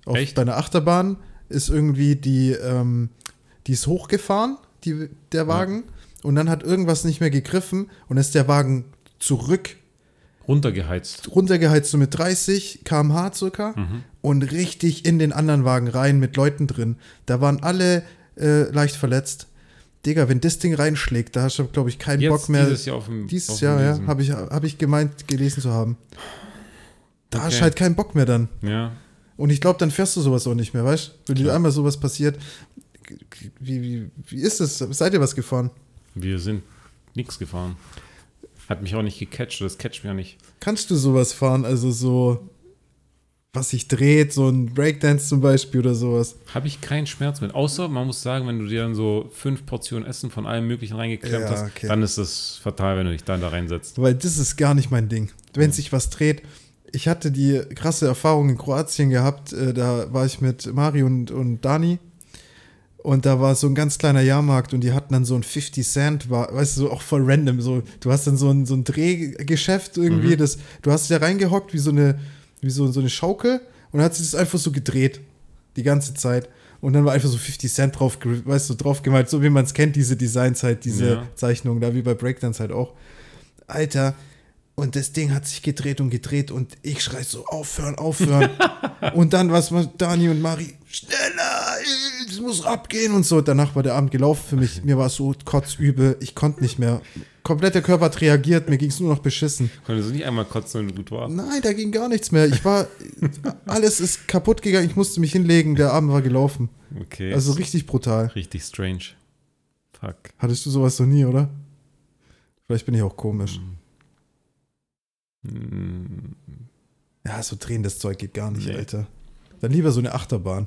Speaker 2: Auf,
Speaker 1: Echt?
Speaker 2: Bei einer Achterbahn ist irgendwie die, ähm, die ist hochgefahren, die, der Wagen, und dann hat irgendwas nicht mehr gegriffen und ist der Wagen zurück
Speaker 1: Runtergeheizt.
Speaker 2: runtergeheizt, so mit 30 km/h circa
Speaker 1: Mhm.
Speaker 2: und richtig in den anderen Wagen rein mit Leuten drin. Da waren alle äh, leicht verletzt. Digga, wenn das Ding reinschlägt, da hast du, glaube ich, keinen
Speaker 1: Jetzt
Speaker 2: Bock mehr.
Speaker 1: dieses Jahr auf dem auf
Speaker 2: Dieses
Speaker 1: dem
Speaker 2: Jahr, ja,
Speaker 1: Wiesen.
Speaker 2: habe ich, hab ich gemeint, gelesen zu haben. Da hast
Speaker 1: Okay.
Speaker 2: du halt keinen Bock mehr dann.
Speaker 1: Ja.
Speaker 2: Und ich glaube, dann fährst du sowas auch nicht mehr, weißt du? Wenn dir einmal sowas passiert, wie, wie, wie ist es? Seid ihr was gefahren?
Speaker 1: Wir sind nichts gefahren. Hat mich auch nicht gecatcht, das catcht mir nicht.
Speaker 2: Kannst du sowas fahren? Also so, was sich dreht, so ein Breakdance zum Beispiel oder sowas.
Speaker 1: Habe ich keinen Schmerz mit. Außer, man muss sagen, wenn du dir dann so fünf Portionen Essen von allem Möglichen reingeklemmt
Speaker 2: Ja,
Speaker 1: hast,
Speaker 2: okay.
Speaker 1: dann ist das fatal, wenn du dich dann da reinsetzt.
Speaker 2: Weil das ist gar nicht mein Ding. Wenn sich was dreht. Ich hatte die krasse Erfahrung in Kroatien gehabt. äh, Da war ich mit Mari und, und Dani. Und da war so ein ganz kleiner Jahrmarkt und die hatten dann so ein 50 Cent, war, weißt du, so auch voll random. So, du hast dann so ein, so ein Drehgeschäft irgendwie. Das, du hast dich da reingehockt wie so eine, wie so, so eine Schaukel und dann hat sich das einfach so gedreht. Die ganze Zeit. Und dann war einfach so 50 Cent drauf, ge- weißt du, drauf gemalt, so wie man es kennt, diese Designs halt, diese
Speaker 1: Ja.
Speaker 2: Zeichnungen da, wie bei Breakdance halt auch. Alter, und das Ding hat sich gedreht und gedreht und ich schrei so, aufhören, aufhören. und dann was war Dani und Mari, schneller, es muss abgehen und so. Danach war der Abend gelaufen für mich. Mir war es so kotzübel, ich konnte nicht mehr. Komplett der Körper hat reagiert, mir ging es nur noch beschissen.
Speaker 1: Konntest du nicht einmal kotzen, wenn du gut war?
Speaker 2: Nein, da ging gar nichts mehr. Ich war, alles ist kaputt gegangen, ich musste mich hinlegen, der Abend war gelaufen.
Speaker 1: Okay.
Speaker 2: Also richtig brutal.
Speaker 1: Richtig strange. Fuck.
Speaker 2: Hattest du sowas noch nie, oder? Vielleicht bin ich auch komisch.
Speaker 1: Hm,
Speaker 2: Ja, so drehendes Zeug geht gar nicht,
Speaker 1: Nee.
Speaker 2: Alter. Dann lieber so eine Achterbahn.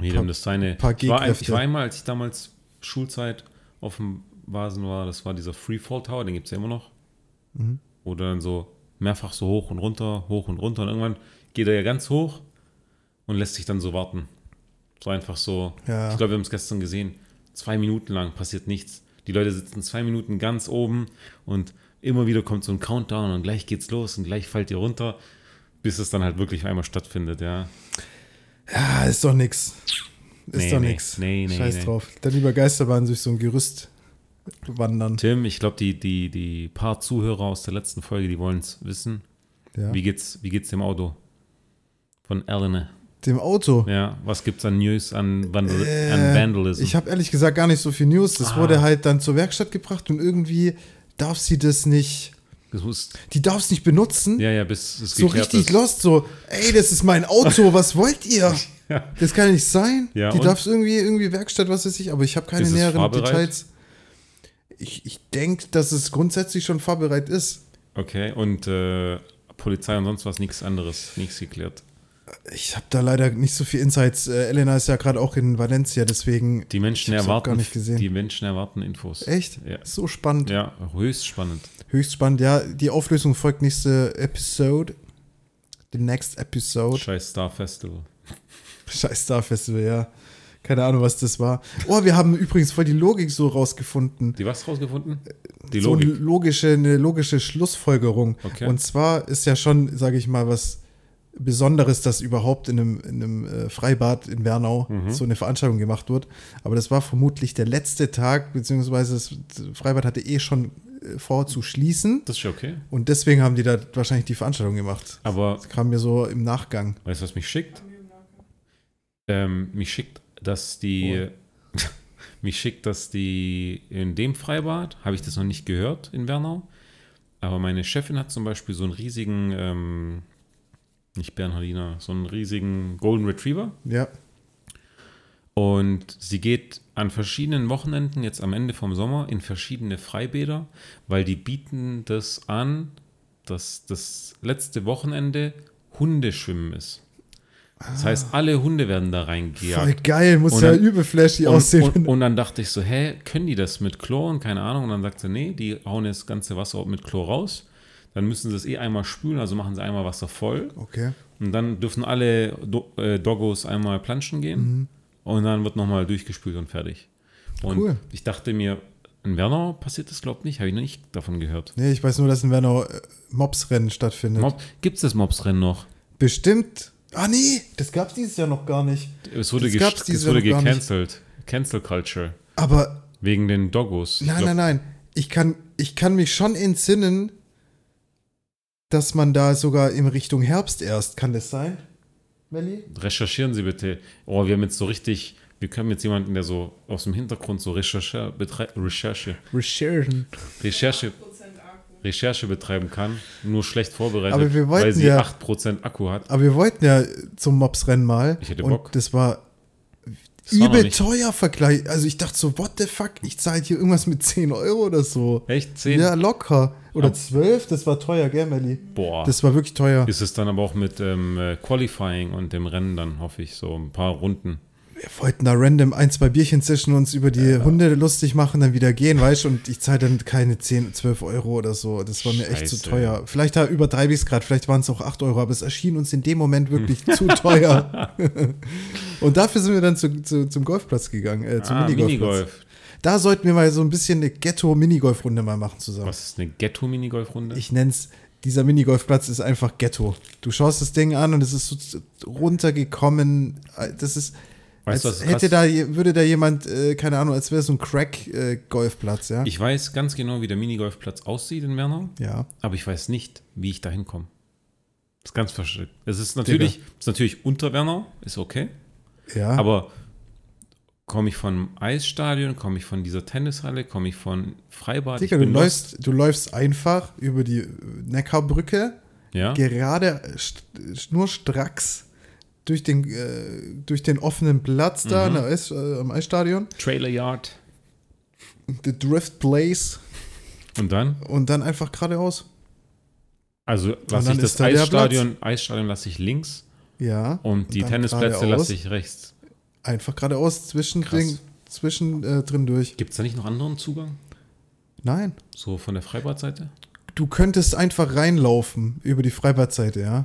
Speaker 1: Jedem das seine.
Speaker 2: paar
Speaker 1: ich, war, ein-
Speaker 2: G-Kräfte.
Speaker 1: ich war einmal, als ich damals Schulzeit auf dem Vasen war, das war dieser Freefall Tower, den gibt es ja immer noch.
Speaker 2: Mhm.
Speaker 1: Wo du dann so mehrfach so hoch und runter, hoch und runter und irgendwann geht er ja ganz hoch und lässt sich dann so warten. So einfach so.
Speaker 2: Ja.
Speaker 1: Ich glaube, wir haben es gestern gesehen. Zwei Minuten lang passiert nichts. Die Leute sitzen zwei Minuten ganz oben und immer wieder kommt so ein Countdown und gleich geht's los und gleich fällt ihr runter, bis es dann halt wirklich einmal stattfindet, ja.
Speaker 2: Ah, ist doch nix. Ist
Speaker 1: Nee,
Speaker 2: doch
Speaker 1: nee.
Speaker 2: nix.
Speaker 1: Nee, nee,
Speaker 2: Scheiß
Speaker 1: nee.
Speaker 2: drauf. Dann lieber Geisterbahn durch so ein Gerüst wandern.
Speaker 1: Tim, ich glaube, die, die, die paar Zuhörer aus der letzten Folge, die wollen es wissen.
Speaker 2: Ja.
Speaker 1: Wie geht's, wie geht's dem Auto? Von Elene.
Speaker 2: Dem Auto.
Speaker 1: Ja, was gibt's an News, an, Vandal
Speaker 2: Äh,
Speaker 1: an Vandalism? Ah.
Speaker 2: Ich habe ehrlich gesagt gar nicht so viel News. Das wurde halt dann zur Werkstatt gebracht und irgendwie darf sie das nicht.
Speaker 1: das muss,
Speaker 2: Die darf es nicht benutzen.
Speaker 1: ja, ja, bis es
Speaker 2: so
Speaker 1: geklärt
Speaker 2: richtig
Speaker 1: ist.
Speaker 2: lost, so, ey, das ist mein Auto, was wollt ihr?
Speaker 1: (laughs) Ja.
Speaker 2: Das kann ja nicht sein.
Speaker 1: Ja,
Speaker 2: die
Speaker 1: und?
Speaker 2: darf es irgendwie, irgendwie Werkstatt, was weiß ich, aber ich habe keine
Speaker 1: Ist es
Speaker 2: näheren
Speaker 1: fahrbereit?
Speaker 2: Details. Ich, ich denke, dass es grundsätzlich schon fahrbereit ist.
Speaker 1: Okay, und äh, Polizei und sonst was, nichts anderes, nichts geklärt.
Speaker 2: Ich habe da leider nicht so viel Insights. Äh, Elena ist ja gerade auch in Valencia, deswegen.
Speaker 1: Die Menschen
Speaker 2: ich hab's auch
Speaker 1: erwarten,
Speaker 2: gar nicht gesehen.
Speaker 1: die Menschen erwarten Infos.
Speaker 2: Echt?
Speaker 1: Ja.
Speaker 2: So spannend.
Speaker 1: Ja, höchst spannend.
Speaker 2: Höchst spannend. Ja, die Auflösung folgt nächste Episode. The next episode.
Speaker 1: Scheiß Star Festival.
Speaker 2: Scheiß Star Festival, ja. Keine Ahnung, was das war. Oh, wir haben übrigens voll die Logik so rausgefunden.
Speaker 1: Die was rausgefunden? Die
Speaker 2: Äh, so
Speaker 1: Logik.
Speaker 2: eine logische, eine logische Schlussfolgerung.
Speaker 1: Okay.
Speaker 2: Und zwar ist ja schon, sage ich mal, was Besonderes, dass überhaupt in einem, in einem äh, Freibad in Bernau
Speaker 1: Mhm.
Speaker 2: so eine Veranstaltung gemacht wird. Aber das war vermutlich der letzte Tag, beziehungsweise das Freibad hatte eh schon äh, vor zu schließen.
Speaker 1: Das ist ja okay.
Speaker 2: Und deswegen haben die da wahrscheinlich die Veranstaltung gemacht.
Speaker 1: Aber
Speaker 2: Das kam mir so im Nachgang.
Speaker 1: Weißt du, was mich schickt? Ähm, mich schickt, dass die. (laughs) mich schickt, dass die in dem Freibad, habe ich das noch nicht gehört in Bernau, aber meine Chefin hat zum Beispiel so einen riesigen, ähm, nicht Bernhardiner, so einen riesigen Golden Retriever.
Speaker 2: Ja.
Speaker 1: Und sie geht an verschiedenen Wochenenden, jetzt am Ende vom Sommer, in verschiedene Freibäder, weil die bieten das an, dass das letzte Wochenende Hundeschwimmen ist. Das heißt, alle Hunde werden da reingejagt.
Speaker 2: Ah. Voll geil, muss
Speaker 1: Und
Speaker 2: ja
Speaker 1: dann-
Speaker 2: übel flashy
Speaker 1: Und,
Speaker 2: aussehen.
Speaker 1: und, und dann dachte ich so, hä, können die das mit Chlor und keine Ahnung? Und dann sagt sie, nee, die hauen das ganze Wasser mit Chlor raus. Dann müssen sie es eh einmal spülen, also machen sie einmal Wasser voll.
Speaker 2: Okay.
Speaker 1: Und dann dürfen alle Do äh, Doggos einmal planschen gehen.
Speaker 2: Mhm.
Speaker 1: Und dann wird nochmal durchgespült und fertig. Und
Speaker 2: Cool.
Speaker 1: ich dachte mir, in Werner passiert das, glaube ich, nicht. Habe ich noch nicht davon gehört.
Speaker 2: Nee, ich weiß nur, dass in Werner äh, Mobsrennen stattfindet.
Speaker 1: Mob, Gibt es das Mobsrennen noch?
Speaker 2: Bestimmt. Ah nee, das gab's dieses Jahr noch gar nicht.
Speaker 1: Es wurde,
Speaker 2: Das
Speaker 1: ges-
Speaker 2: gab's
Speaker 1: es
Speaker 2: dieses
Speaker 1: wurde
Speaker 2: Jahr noch gar
Speaker 1: gecancelt. Cancel Culture.
Speaker 2: Aber
Speaker 1: Wegen den Doggos. Ich
Speaker 2: nein,
Speaker 1: glaub,
Speaker 2: nein, nein. Ich kann, ich kann mich schon entsinnen, dass man da sogar in Richtung Herbst erst, kann das sein? Melli?
Speaker 1: Recherchieren Sie bitte. Oh, wir haben jetzt so richtig. Wir können jetzt jemanden, der so aus dem Hintergrund so Recherche, betrei Recherche,
Speaker 2: Recherchen.
Speaker 1: Recherche,
Speaker 3: 8% Akku.
Speaker 1: Recherche betreiben kann, nur schlecht vorbereitet,
Speaker 2: Aber wir wollten
Speaker 1: weil sie
Speaker 2: ja-
Speaker 1: 8% Akku hat.
Speaker 2: Aber wir wollten ja zum Mobsrennen mal.
Speaker 1: Ich hätte
Speaker 2: und
Speaker 1: Bock.
Speaker 2: das war
Speaker 1: Das war noch
Speaker 2: übel
Speaker 1: nicht-
Speaker 2: teuer Vergleich. Also ich dachte so, what the fuck? Ich zahle hier irgendwas mit 10 Euro oder so.
Speaker 1: Echt? 10?
Speaker 2: Ja, locker.
Speaker 1: Ah.
Speaker 2: Oder 12, das war teuer, gell, Melli?
Speaker 1: Boah.
Speaker 2: Das war wirklich teuer.
Speaker 1: ist es dann aber auch mit ähm, äh, Qualifying und dem Rennen dann, hoffe ich, so ein paar Runden.
Speaker 2: Wir wollten da random ein, zwei Bierchen zwischen uns über die Hunde lustig machen, dann wieder gehen, weißt du? Und ich zahle dann keine 10, 12 Euro oder so. Das war mir echt zu
Speaker 1: Scheiße.
Speaker 2: teuer. Vielleicht da übertreibe ich es gerade, vielleicht waren es auch 8 Euro, aber es erschien uns in dem
Speaker 1: (laughs)
Speaker 2: Moment wirklich zu teuer. (laughs) Und dafür sind wir dann zu, zu, zum Golfplatz gegangen, äh, zum
Speaker 1: ah,
Speaker 2: Minigolfplatz.
Speaker 1: Minigolf.
Speaker 2: Da sollten wir mal so ein bisschen eine Ghetto-Minigolf-Runde mal machen zusammen.
Speaker 1: Was ist eine Ghetto-Minigolf-Runde?
Speaker 2: Ich nenn's, dieser Minigolfplatz ist einfach Ghetto. Du schaust das Ding an und es ist so runtergekommen. äh, Das ist.
Speaker 1: Weißt du,
Speaker 2: als
Speaker 1: was krass-
Speaker 2: hätte da, je- würde da jemand, äh, keine Ahnung, als wäre es so ein Crack-Golfplatz, ja?
Speaker 1: Ich weiß ganz genau, wie der Minigolfplatz aussieht in Wernau,
Speaker 2: ja.
Speaker 1: aber ich weiß nicht, wie ich da hinkomme. Das ist ganz verschickt. Es ist natürlich, ist natürlich unter Wernau, ist okay,
Speaker 2: Ja.
Speaker 1: aber komme ich vom Eisstadion, komme ich von dieser Tennishalle, komme ich von Freibad?
Speaker 2: Digga,
Speaker 1: ich
Speaker 2: du
Speaker 1: bin lost.
Speaker 2: läufst, du läufst einfach über die äh, Neckarbrücke,
Speaker 1: Ja?
Speaker 2: gerade äh, st- schnurstracks durch den, äh, durch den offenen Platz da
Speaker 1: Mhm.
Speaker 2: an der Eis, äh, am Eisstadion,
Speaker 1: Trailer Yard.
Speaker 2: the Drift Place
Speaker 1: Und dann?
Speaker 2: und dann einfach geradeaus.
Speaker 1: Also lasse
Speaker 2: dann
Speaker 1: ich das
Speaker 2: ist da der
Speaker 1: Eisstadion, Eisstadion lasse ich links
Speaker 2: Ja.
Speaker 1: und die
Speaker 2: dann
Speaker 1: Tennisplätze
Speaker 2: geradeaus.
Speaker 1: lasse ich rechts.
Speaker 2: Einfach geradeaus zwischen,
Speaker 1: Krass.
Speaker 2: Ding, zwischen äh, drin durch.
Speaker 1: Gibt es da nicht noch anderen Zugang?
Speaker 2: Nein.
Speaker 1: So von der Freibadseite?
Speaker 2: Du könntest einfach reinlaufen über die Freibadseite, ja.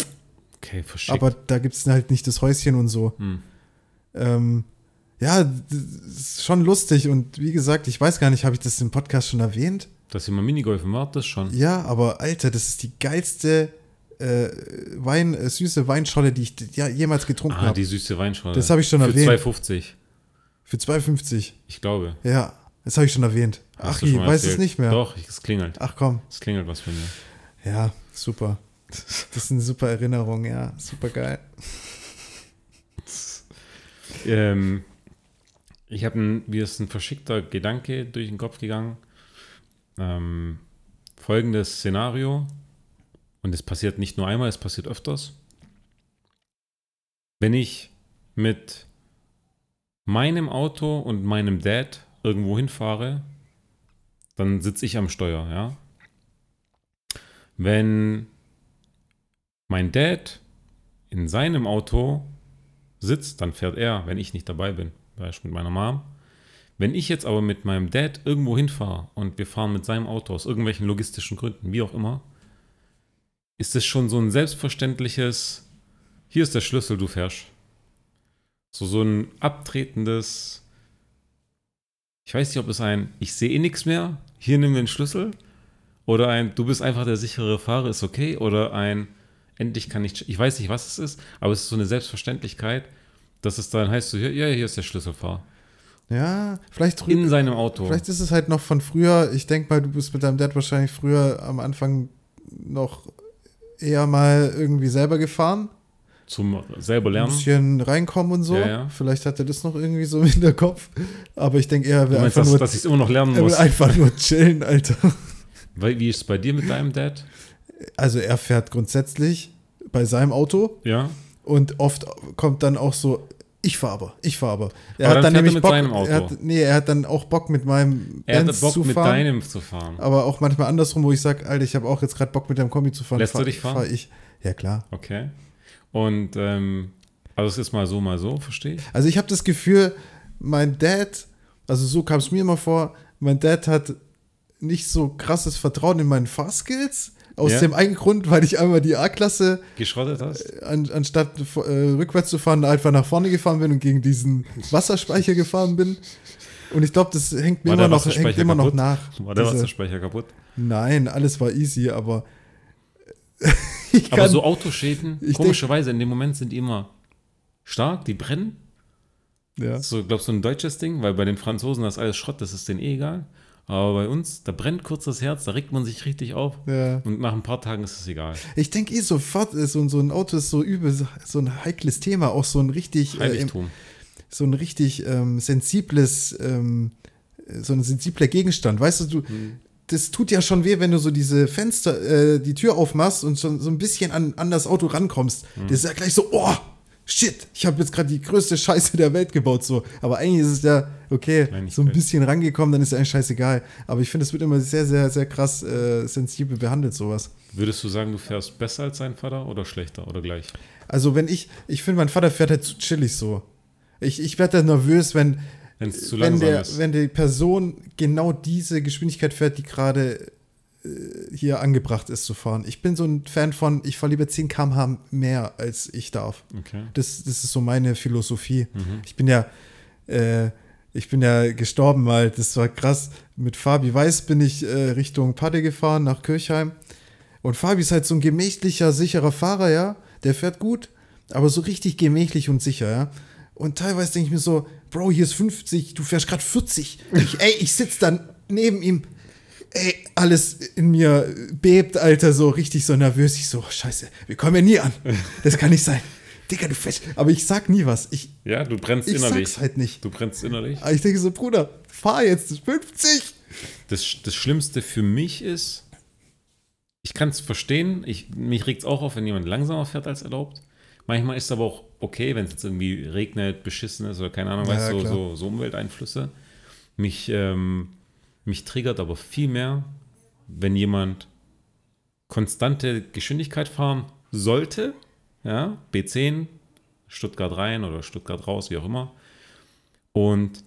Speaker 1: Okay, verschickt.
Speaker 2: Aber da gibt es halt nicht das Häuschen und so.
Speaker 1: Hm.
Speaker 2: Ähm, ja, das ist schon lustig und wie gesagt, ich weiß gar nicht, habe ich das im Podcast schon erwähnt?
Speaker 1: Dass ihr mal Minigolfen wart, das schon.
Speaker 2: Ja, aber Alter, das ist die geilste äh, Wein, äh, süße Weinscholle, die ich d- ja, jemals getrunken
Speaker 1: Ah,
Speaker 2: habe.
Speaker 1: die süße Weinschorle.
Speaker 2: Das habe ich schon
Speaker 1: Für
Speaker 2: erwähnt.
Speaker 1: 2,50.
Speaker 2: Für 2,50.
Speaker 1: Ich glaube.
Speaker 2: Ja, das habe ich schon erwähnt.
Speaker 1: Hast
Speaker 2: Ach,
Speaker 1: du schon
Speaker 2: ich
Speaker 1: mal
Speaker 2: weiß es
Speaker 1: erzählt.
Speaker 2: nicht mehr. Ah.
Speaker 1: Doch, ich- es klingelt.
Speaker 2: Ach komm,
Speaker 1: Es klingelt was bei mir.
Speaker 2: ja, super. Das ist eine super Erinnerung, ja, super geil.
Speaker 1: Ähm, ich habe ein, mir ist ein verschickter Gedanke durch den Kopf gegangen. Ähm, folgendes Szenario, und es passiert nicht nur einmal, es passiert öfters. Wenn ich mit meinem Auto und meinem Dad irgendwo hinfahre, dann sitze ich am Steuer, ja. Wenn mein Dad in seinem Auto sitzt, dann fährt er, wenn ich nicht dabei bin, beispielsweise mit meiner Mom. Wenn ich jetzt aber mit meinem Dad irgendwo hinfahre und wir fahren mit seinem Auto aus irgendwelchen logistischen Gründen, wie auch immer, ist es schon so ein selbstverständliches, hier ist der Schlüssel, du fährst. So, so ein abtretendes, ich weiß nicht, ob es ein, ich sehe eh nichts mehr, hier nimm den Schlüssel. Oder ein, du bist einfach der sichere Fahrer, ist okay. Oder ein, endlich kann ich, ich weiß nicht, was es ist, aber es ist so eine Selbstverständlichkeit, dass es dann heißt, so, ja, ja, hier ist der Schlüssel, fahr.
Speaker 2: Ja, vielleicht drü-
Speaker 1: In seinem Auto.
Speaker 2: Vielleicht ist es halt noch von früher. Ich denke mal, du bist mit deinem Dad wahrscheinlich früher am Anfang noch eher mal irgendwie selber gefahren.
Speaker 1: zum selber
Speaker 2: Ein
Speaker 1: lernen.
Speaker 2: bisschen reinkommen und so.
Speaker 1: Ja, ja.
Speaker 2: Vielleicht hat er das noch irgendwie so im Hinterkopf. Aber ich denke, er will
Speaker 1: Du meinst,
Speaker 2: einfach,
Speaker 1: dass,
Speaker 2: nur,
Speaker 1: dass ich es immer noch lernen
Speaker 2: er will
Speaker 1: muss.
Speaker 2: einfach nur chillen, Alter.
Speaker 1: Weil, wie ist es bei dir mit deinem Dad?
Speaker 2: Also er fährt grundsätzlich bei seinem Auto
Speaker 1: Ja.
Speaker 2: und oft kommt dann auch so, ich fahr aber, ich fahr aber. Er
Speaker 1: Aber dann fährt
Speaker 2: hat dann
Speaker 1: er
Speaker 2: nämlich
Speaker 1: mit
Speaker 2: Bock,
Speaker 1: seinem Auto.
Speaker 2: Er hat, nee, er hat dann auch Bock mit meinem
Speaker 1: Er
Speaker 2: Benz
Speaker 1: hat Bock,
Speaker 2: zu
Speaker 1: mit
Speaker 2: fahren.
Speaker 1: deinem zu fahren.
Speaker 2: Aber auch manchmal andersrum, wo ich sage, Alter, ich habe auch jetzt gerade Bock mit deinem Kombi zu fahren.
Speaker 1: Lässt du dich fahren?
Speaker 2: Fahr ich. Ja, klar.
Speaker 1: Okay. Und, ähm, also es ist mal so, mal so, verstehe ich.
Speaker 2: Also ich habe das Gefühl, mein Dad, also so kam es mir immer vor, mein Dad hat nicht so krasses Vertrauen in meine Fahrskills Aus
Speaker 1: Ja.
Speaker 2: dem einen Grund, weil ich einmal die A-Klasse
Speaker 1: Geschrottet hast?
Speaker 2: an, anstatt äh, rückwärts zu fahren, einfach nach vorne gefahren bin und gegen diesen Wasserspeicher gefahren bin. Und ich glaube, das hängt mir
Speaker 1: War
Speaker 2: immer
Speaker 1: der
Speaker 2: noch, hängt
Speaker 1: Wasserspeicher
Speaker 2: immer noch
Speaker 1: kaputt?
Speaker 2: nach.
Speaker 1: War der
Speaker 2: Diese-
Speaker 1: Wasserspeicher kaputt?
Speaker 2: Nein, alles war easy, aber (laughs) ich kann,
Speaker 1: Aber so Autoschäden,
Speaker 2: Ich
Speaker 1: komischerweise, in dem Moment sind die immer stark, die brennen.
Speaker 2: ja.
Speaker 1: So, glaubst du, ein deutsches Ding? Weil bei den Franzosen das ist alles Schrott, das ist denen eh egal. Aber bei uns, da brennt kurz das Herz, da regt man sich richtig auf.
Speaker 2: Ja.
Speaker 1: Und nach ein paar Tagen ist es egal.
Speaker 2: Ich denke eh sofort, äh, so, so ein Auto ist so übel, so- so ein heikles Thema, auch so ein richtig, äh, em-
Speaker 1: Heiligtum.
Speaker 2: so ein richtig ähm, sensibles, ähm, äh, so ein sensibler Gegenstand. Weißt du, du, das tut ja schon weh, wenn du so diese Fenster, äh, die Tür aufmachst und schon so ein bisschen an, an das Auto rankommst. Das ist ja gleich so, oh, shit, ich habe jetzt gerade die größte Scheiße der Welt gebaut. So. Aber eigentlich ist es ja, okay,
Speaker 1: Kleinigkeit.
Speaker 2: so ein bisschen rangekommen, dann ist ja eigentlich scheißegal. Aber ich finde, es wird immer sehr, sehr, sehr krass äh, sensibel behandelt, sowas.
Speaker 1: Würdest du sagen, du fährst besser als dein Vater oder schlechter oder gleich?
Speaker 2: Also wenn ich, ich finde, mein Vater fährt halt zu chillig so. Ich, ich werde dann nervös, wenn,
Speaker 1: Wenn es zu
Speaker 2: wenn,
Speaker 1: langsam
Speaker 2: der,
Speaker 1: ist.
Speaker 2: wenn die Person genau diese Geschwindigkeit fährt, die gerade äh, hier angebracht ist zu fahren. Ich bin so ein Fan von, ich fahre lieber 10 km/h mehr, als ich darf.
Speaker 1: Okay.
Speaker 2: Das, das ist so meine Philosophie. Ich bin ja, äh, ich bin ja gestorben mal. Das war krass. Mit Fabi Weiß bin ich äh, Richtung Padde gefahren nach Kirchheim. Und Fabi ist halt so ein gemächlicher, sicherer Fahrer, ja. Der fährt gut, aber so richtig gemächlich und sicher, ja. Und teilweise denke ich mir so, Bro, hier ist 50, du fährst gerade 40. Ich, ey, ich sitze dann neben ihm. Ey, alles in mir bebt, Alter, so richtig so nervös. Ich so, oh, scheiße, wir kommen ja nie an. Das kann nicht sein. Digga, du fährst. Aber ich sag nie was. Ich,
Speaker 1: Ja, du brennst
Speaker 2: ich
Speaker 1: innerlich.
Speaker 2: sag's halt nicht.
Speaker 1: Du brennst innerlich.
Speaker 2: Aber ich denke so, Bruder, fahr jetzt 50.
Speaker 1: Das, das Schlimmste für mich ist, ich kann es verstehen, ich, mich regt es auch auf, wenn jemand langsamer fährt als erlaubt. Manchmal ist es aber auch okay, wenn es jetzt irgendwie regnet, beschissen ist oder keine Ahnung,
Speaker 2: Ja,
Speaker 1: weißt du,
Speaker 2: klar.
Speaker 1: so, so Umwelteinflüsse. Mich, ähm, mich triggert aber viel mehr, wenn jemand konstante Geschwindigkeit fahren sollte, ja, B10, Stuttgart rein oder Stuttgart raus, wie auch immer, und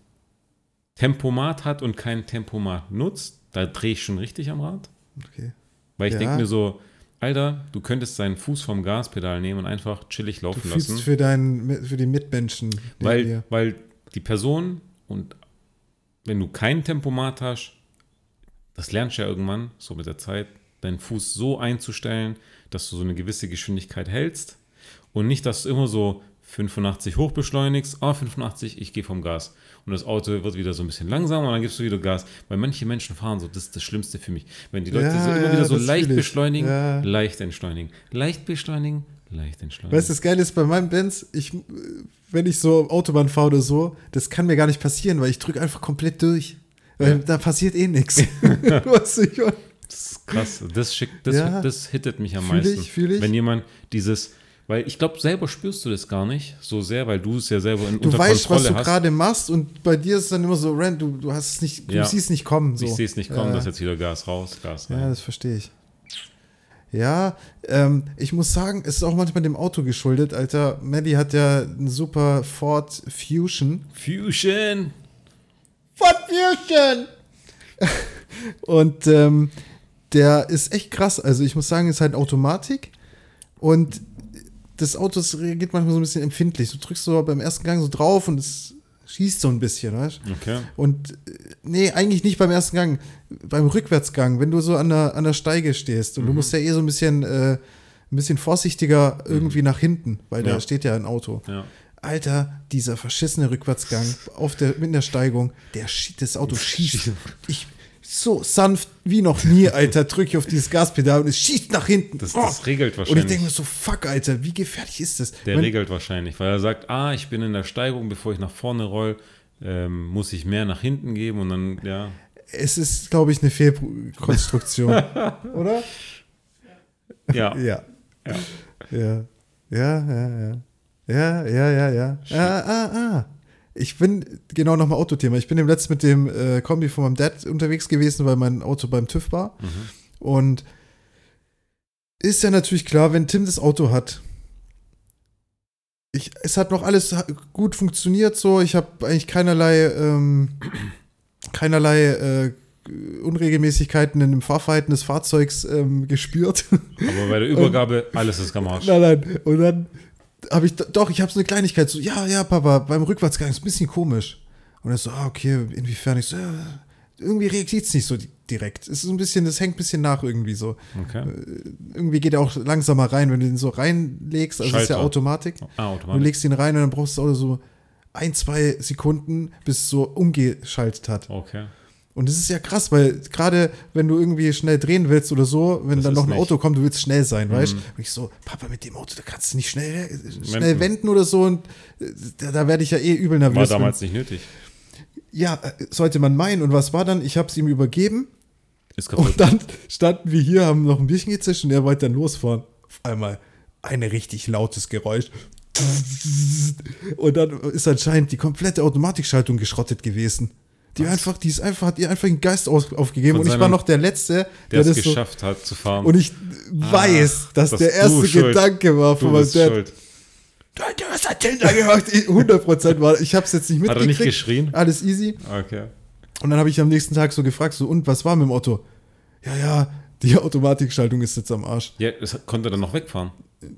Speaker 1: Tempomat hat und kein Tempomat nutzt, da drehe ich schon richtig am Rad.
Speaker 2: Okay.
Speaker 1: Weil ich
Speaker 2: Ja.
Speaker 1: denke mir so, Alter, du könntest deinen Fuß vom Gaspedal nehmen und einfach chillig
Speaker 2: Du
Speaker 1: laufen
Speaker 2: fühlst
Speaker 1: lassen.
Speaker 2: für, deinen, für die Mitmenschen. neben
Speaker 1: Weil,
Speaker 2: dir.
Speaker 1: weil die Person und wenn du kein Tempomat hast, das lernst du ja irgendwann, so mit der Zeit, deinen Fuß so einzustellen, dass du so eine gewisse Geschwindigkeit hältst und nicht, dass du immer so 85 hoch beschleunigst, ah, 85, ich gehe vom Gas. Und das Auto wird wieder so ein bisschen langsamer und dann gibst du wieder Gas. Weil manche Menschen fahren so, das ist das Schlimmste für mich. Wenn die Leute
Speaker 2: Ja,
Speaker 1: so immer
Speaker 2: ja,
Speaker 1: wieder so
Speaker 2: das
Speaker 1: leicht
Speaker 2: fühl ich.
Speaker 1: beschleunigen,
Speaker 2: Ja.
Speaker 1: leicht entschleunigen. Leicht beschleunigen, leicht entschleunigen.
Speaker 2: Weißt du, das Geile ist bei meinem Benz, ich, äh, wenn ich so Autobahn fahre oder so, das kann mir gar nicht passieren, weil ich drücke einfach komplett durch. Weil da passiert eh nichts. weißt (laughs) du, ich mein?
Speaker 1: Das ist krass. Das schickt, das,
Speaker 2: Ja.
Speaker 1: das hittet mich am
Speaker 2: Fühl ich,
Speaker 1: meisten.
Speaker 2: fühl ich.
Speaker 1: Wenn jemand dieses, weil ich glaube, selber spürst du das gar nicht so sehr, weil du es ja selber in,
Speaker 2: du
Speaker 1: unter
Speaker 2: weißt, was
Speaker 1: Kontrolle
Speaker 2: du
Speaker 1: hast.
Speaker 2: gerade machst und bei dir ist dann immer so, Rand, du, du hast es nicht, du
Speaker 1: Ja.
Speaker 2: siehst nicht kommen. So.
Speaker 1: Also Ich sehe es nicht kommen,
Speaker 2: Ja.
Speaker 1: dass jetzt wieder Gas raus, Gas
Speaker 2: Ja,
Speaker 1: rein.
Speaker 2: das verstehe ich. Ja, ähm, ich muss sagen, es ist auch manchmal dem Auto geschuldet, Alter. Maddie hat ja einen super Ford Fusion.
Speaker 1: Fusion!
Speaker 2: Ford Fusion! (laughs) und ähm, der ist echt krass. Also ich muss sagen, ist halt Automatik und das Auto ist- reagiert manchmal so ein bisschen empfindlich. Du drückst so beim ersten Gang so drauf und es schießt so ein bisschen, weißt du?
Speaker 1: Okay.
Speaker 2: Und äh, nee, eigentlich nicht beim ersten Gang, beim Rückwärtsgang, wenn du so an der, an der Steige stehst
Speaker 1: Mhm.
Speaker 2: und du musst ja eh so ein bisschen, äh, ein bisschen vorsichtiger irgendwie nach hinten, weil da
Speaker 1: Ja.
Speaker 2: steht ja ein Auto.
Speaker 1: Ja.
Speaker 2: Alter, dieser verschissene Rückwärtsgang auf der, mit der Steigung, der schie- das Auto schießt. Ich, so sanft wie noch nie, Alter, drücke ich auf dieses Gaspedal und es schießt nach hinten. Oh.
Speaker 1: Das- das regelt
Speaker 2: Und ich
Speaker 1: wahrscheinlich.
Speaker 2: denke mir so, fuck, Alter, wie gefährlich ist das?
Speaker 1: Der
Speaker 2: Wenn-
Speaker 1: regelt wahrscheinlich, weil er sagt, ah, ich bin in der Steigung, bevor ich nach vorne roll, ähm, muss ich mehr nach hinten geben und dann, ja.
Speaker 2: es ist, glaube ich,
Speaker 1: (laughs)
Speaker 2: eine Fehlkonstruktion. oder? (laughs)
Speaker 1: Ja,
Speaker 2: Ja. Ja. Ja, ja, ja. Ja, ja, ja, ja. Ah, ah, ah. Ich bin, genau nochmal Autothema. Ich bin im letzten mit dem äh, Kombi von meinem Dad unterwegs gewesen, weil mein Auto beim TÜV war. Und ist ja natürlich klar, wenn Tim das Auto hat. Ich, es hat noch alles ha- gut funktioniert so. Ich habe eigentlich (clears throat) keinerlei, ähm, keinerlei äh, Unregelmäßigkeiten in dem Fahrverhalten des Fahrzeugs ähm, gespürt. (laughs)
Speaker 1: Aber bei der Übergabe, alles ist am Arsch.
Speaker 2: nein, nein. Und dann habe ich, do- doch, ich habe so eine Kleinigkeit, so, ja, ja, Papa, beim Rückwärtsgang ist ein bisschen komisch. Und er so, ah, okay, inwiefern? Ich so, ja, irgendwie reagiert es nicht so di- direkt. Es ist so ein bisschen, das hängt ein bisschen nach irgendwie so.
Speaker 1: Okay.
Speaker 2: Irgendwie geht er auch langsamer rein, wenn du den so reinlegst, also es ist ja
Speaker 1: Schalter.
Speaker 2: Automatik.
Speaker 1: Ah,
Speaker 2: Du
Speaker 1: automatisch.
Speaker 2: legst ihn rein und dann brauchst du das Auto so ein, zwei Sekunden, bis es so umgeschaltet hat.
Speaker 1: Okay.
Speaker 2: Und das ist ja krass, weil gerade wenn du irgendwie schnell drehen willst oder so, wenn dann
Speaker 1: ist
Speaker 2: noch ein
Speaker 1: nicht. Mhm.
Speaker 2: Auto kommt, du willst schnell sein, weißt du? Und ich so, Papa, mit dem Auto, da kannst du nicht schnell, äh, schnell
Speaker 1: Wenden.
Speaker 2: wenden oder so und äh, da, da werde ich ja eh übel
Speaker 1: War
Speaker 2: nervös. wenn-
Speaker 1: damals nicht nötig.
Speaker 2: Ja, äh, sollte man meinen. Und was war dann? Ich habe es ihm übergeben
Speaker 1: Ist kaputt.
Speaker 2: und dann standen wir hier, haben noch ein Bierchen gezischt und er wollte dann losfahren. Auf einmal ein richtig lautes Geräusch. Und dann ist anscheinend die komplette Automatikschaltung geschrottet gewesen. Die einfach, die ist einfach, hat ihr einfach den Geist aus, aufgegeben.
Speaker 1: Von
Speaker 2: und ich war
Speaker 1: seinem-
Speaker 2: noch der Letzte,
Speaker 1: der
Speaker 2: der,
Speaker 1: es
Speaker 2: das so.
Speaker 1: geschafft hat zu fahren.
Speaker 2: Und ich weiß, dass
Speaker 1: dass
Speaker 2: der
Speaker 1: du
Speaker 2: erste
Speaker 1: schuld.
Speaker 2: Gedanke war von
Speaker 1: du
Speaker 2: meinem
Speaker 1: bist
Speaker 2: Dad.
Speaker 1: schuld.
Speaker 2: Du hast einen Tinder gemacht. Ich- 100% war, ich hab's jetzt nicht
Speaker 1: Hat er
Speaker 2: mitgekriegt.
Speaker 1: nicht geschrien?
Speaker 2: Alles easy.
Speaker 1: Okay.
Speaker 2: Und dann habe ich am nächsten Tag so gefragt, so, und was war mit dem Auto? Ja, ja, die Automatikschaltung ist jetzt am Arsch.
Speaker 1: Ja, das konnte er dann noch wegfahren.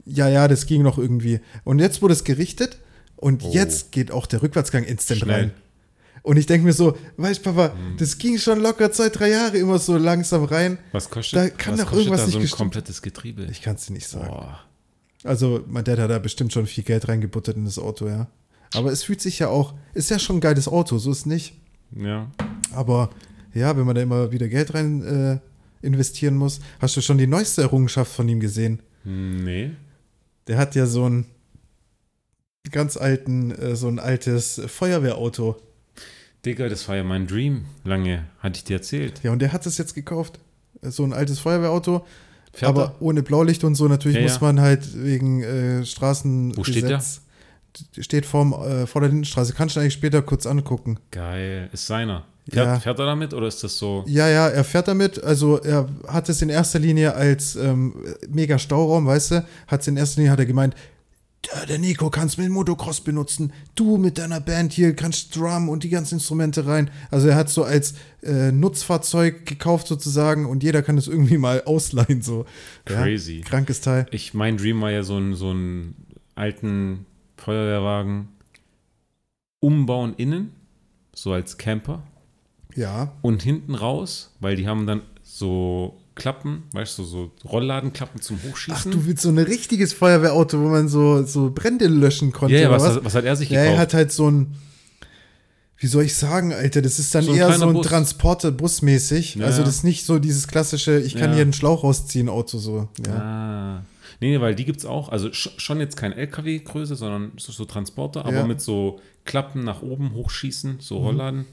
Speaker 2: Ja, ja, das ging noch irgendwie. Und jetzt wurde es gerichtet und
Speaker 1: Oh.
Speaker 2: jetzt geht auch der Rückwärtsgang instant
Speaker 1: Schnell. Hm.
Speaker 2: rein. Und ich denke mir so, weißt Papa, das ging schon locker zwei, drei Jahre immer so langsam rein.
Speaker 1: Was kostet,
Speaker 2: Da kann
Speaker 1: was
Speaker 2: doch
Speaker 1: kostet
Speaker 2: irgendwas
Speaker 1: da
Speaker 2: nicht
Speaker 1: so ein
Speaker 2: gestimmt-
Speaker 1: komplettes Getriebe?
Speaker 2: Ich kann es dir nicht sagen.
Speaker 1: Boah.
Speaker 2: Also, mein Dad hat da bestimmt schon viel Geld reingebuttert in das Auto, ja. Aber es fühlt sich ja auch, ist ja schon ein geiles Auto, so ist nicht.
Speaker 1: Ja.
Speaker 2: Aber ja, wenn man da immer wieder Geld rein äh, investieren muss, hast du schon die neueste Errungenschaft von ihm gesehen?
Speaker 1: Nee.
Speaker 2: Der hat ja so einen ganz alten, äh, so ein altes Feuerwehrauto.
Speaker 1: Digga, das war ja mein Dream. Lange hatte ich dir erzählt.
Speaker 2: Ja, und der hat es jetzt gekauft. Äh, So ein altes Feuerwehrauto,
Speaker 1: Fährt
Speaker 2: aber
Speaker 1: er?
Speaker 2: ohne Blaulicht und so. Natürlich
Speaker 1: Ja,
Speaker 2: muss
Speaker 1: ja.
Speaker 2: man halt wegen äh, Straßengesetz.
Speaker 1: Wo steht der?
Speaker 2: der? Steht vorm, äh, vor der Lindenstraße. Kannst du eigentlich später kurz angucken.
Speaker 1: Geil. Ist seiner. Fährt,
Speaker 2: Ja.
Speaker 1: fährt er damit oder ist das so?
Speaker 2: Ja, ja, er fährt damit. Also er hat es in erster Linie als ähm, mega Stauraum, weißt du, hat es in erster Linie hat er gemeint, "Ja, der Nico kannst mit dem Motocross benutzen, du mit deiner Band hier kannst Drum und die ganzen Instrumente rein. Also er hat so als äh, Nutzfahrzeug gekauft sozusagen und jeder kann es irgendwie mal (laughs) ausleihen so.
Speaker 1: Crazy.
Speaker 2: Ja, krankes Teil.
Speaker 1: Ich, mein Dream war ja so einen so einen alten Feuerwehrwagen umbauen innen, so als Camper.
Speaker 2: Ja,
Speaker 1: Und hinten raus, weil die haben dann so Klappen, weißt du, so Rollladenklappen zum
Speaker 2: Ach,
Speaker 1: Hochschießen.
Speaker 2: du willst so ein richtiges Feuerwehrauto, wo man so, so Brände löschen konnte.
Speaker 1: ja, ja,
Speaker 2: oder
Speaker 1: was,
Speaker 2: was?
Speaker 1: hat- was hat er sich
Speaker 2: Ja,
Speaker 1: gekauft?
Speaker 2: er hat halt so ein, wie soll ich sagen, Alter, das ist dann
Speaker 1: So ein
Speaker 2: eher
Speaker 1: kleiner
Speaker 2: so ein
Speaker 1: Bus.
Speaker 2: Transporter, busmäßig.
Speaker 1: Ja,
Speaker 2: also
Speaker 1: ja.
Speaker 2: das ist nicht so dieses klassische, ich kann
Speaker 1: Ja.
Speaker 2: hier einen Schlauch rausziehen, Auto so. Ja.
Speaker 1: Ah. Nee, nee, weil die gibt es auch. Also sch schon jetzt kein LKW-Größe, sondern so, so Transporter, aber
Speaker 2: Ja. Mhm.
Speaker 1: mit so Klappen nach oben hochschießen, so Rollladen.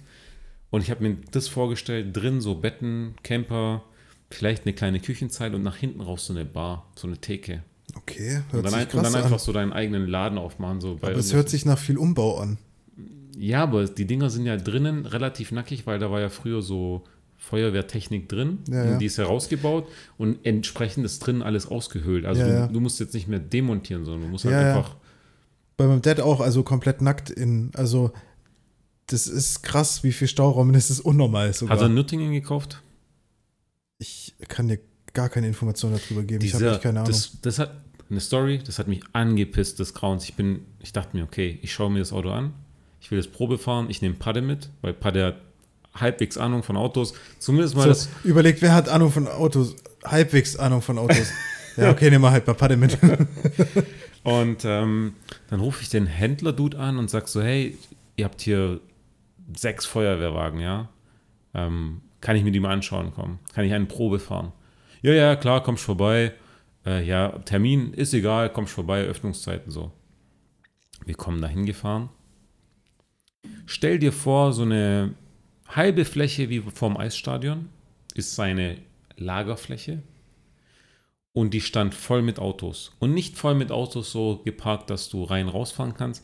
Speaker 1: Und ich habe mir das vorgestellt, drin so Betten, Camper, vielleicht eine kleine Küchenzeile und nach hinten raus so eine Bar, so eine Theke.
Speaker 2: Okay,
Speaker 1: Und
Speaker 2: hört
Speaker 1: dann, ein,
Speaker 2: sich
Speaker 1: und
Speaker 2: krass
Speaker 1: dann
Speaker 2: an.
Speaker 1: einfach so deinen eigenen Laden aufmachen. So bei
Speaker 2: Aber es
Speaker 1: irgendwelchen-
Speaker 2: hört sich nach viel Umbau an.
Speaker 1: ja, aber die Dinger sind ja drinnen relativ nackig, weil da war ja früher so Feuerwehrtechnik drin.
Speaker 2: Ja,
Speaker 1: und
Speaker 2: ja.
Speaker 1: Die ist herausgebaut und entsprechend ist drin alles ausgehöhlt. Also
Speaker 2: Ja,
Speaker 1: du,
Speaker 2: ja.
Speaker 1: du musst jetzt nicht mehr demontieren, sondern du musst
Speaker 2: Ja,
Speaker 1: halt
Speaker 2: ja.
Speaker 1: einfach.
Speaker 2: Bei meinem Dad auch, also komplett nackt in. Also das ist krass, wie viel Stauraum, das ist unnormal sogar.
Speaker 1: Hat er in Nürtingen gekauft?
Speaker 2: ich kann dir gar keine Informationen darüber geben. ich habe
Speaker 1: Dieser,
Speaker 2: echt keine Ahnung.
Speaker 1: Das, das hat eine Story, das hat mich angepisst des Grauens. Ich bin, ich dachte mir, okay, ich schaue mir das Auto an, ich will das Probe fahren, ich nehme Padde mit, weil Padde hat halbwegs Ahnung von Autos. Zumindest mal das
Speaker 2: so, überlegt, wer hat Ahnung von Autos? Halbwegs Ahnung
Speaker 1: (laughs)
Speaker 2: von Autos. ja, okay, nehmen wir halt mal Patte mit.
Speaker 1: Und ähm, dann rufe ich den Händler-Dude an und sag so, hey, ihr habt hier sechs Feuerwehrwagen, ja? Ähm, kann ich mir die mal anschauen kommen? Kann ich eine Probe fahren? Ja, ja, klar, kommst vorbei. Äh, ja, Termin ist egal, kommst vorbei, Öffnungszeiten so. Wir kommen da hingefahren. Stell dir vor, so eine halbe Fläche wie vorm Eisstadion ist seine Lagerfläche, und die stand voll mit Autos. Und nicht voll mit Autos so geparkt, dass du rein rausfahren kannst.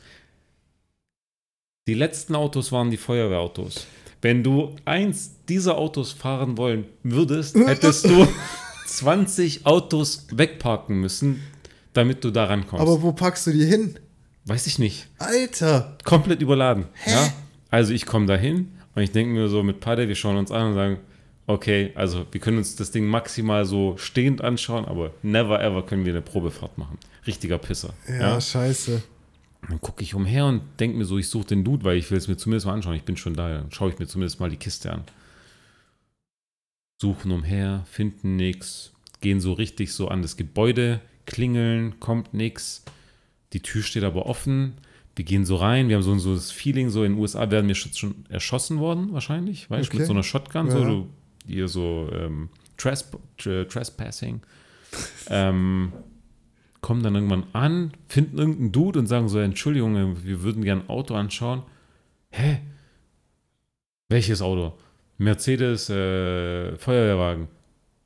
Speaker 1: Die letzten Autos waren die Feuerwehrautos. Wenn du eins dieser Autos fahren wollen würdest, hättest du 20 Autos wegparken müssen, damit du da rankommst.
Speaker 2: Aber wo packst du die hin?
Speaker 1: Weiß ich nicht.
Speaker 2: Alter!
Speaker 1: Komplett überladen. Ja? Also ich komme da hin und ich denke mir so mit Padde, wir schauen uns an und sagen, okay, also wir können uns das Ding maximal so stehend anschauen, aber never ever können wir eine Probefahrt machen. Richtiger Pisser.
Speaker 2: Ja, scheiße.
Speaker 1: Dann gucke ich umher und denke mir so, ich suche den Dude, weil ich will es mir zumindest mal anschauen. Ich bin schon da, dann schaue ich mir zumindest mal die Kiste an. Suchen umher, finden nichts, gehen so richtig so an das Gebäude, klingeln, kommt nichts. Die Tür steht aber offen. Wir gehen so rein, wir haben so, so das Feeling, so in den USA werden wir schon- schon erschossen worden, wahrscheinlich, weißt du,
Speaker 2: Okay.
Speaker 1: mit so einer Shotgun, so
Speaker 2: Ja.
Speaker 1: du, hier so ähm, Tresp tr- Trespassing. ähm, kommen dann irgendwann an, finden irgendeinen Dude und sagen so, Entschuldigung, äh, wir würden gern ein Auto anschauen. Hä? Welches Auto? Mercedes äh, Feuerwehrwagen.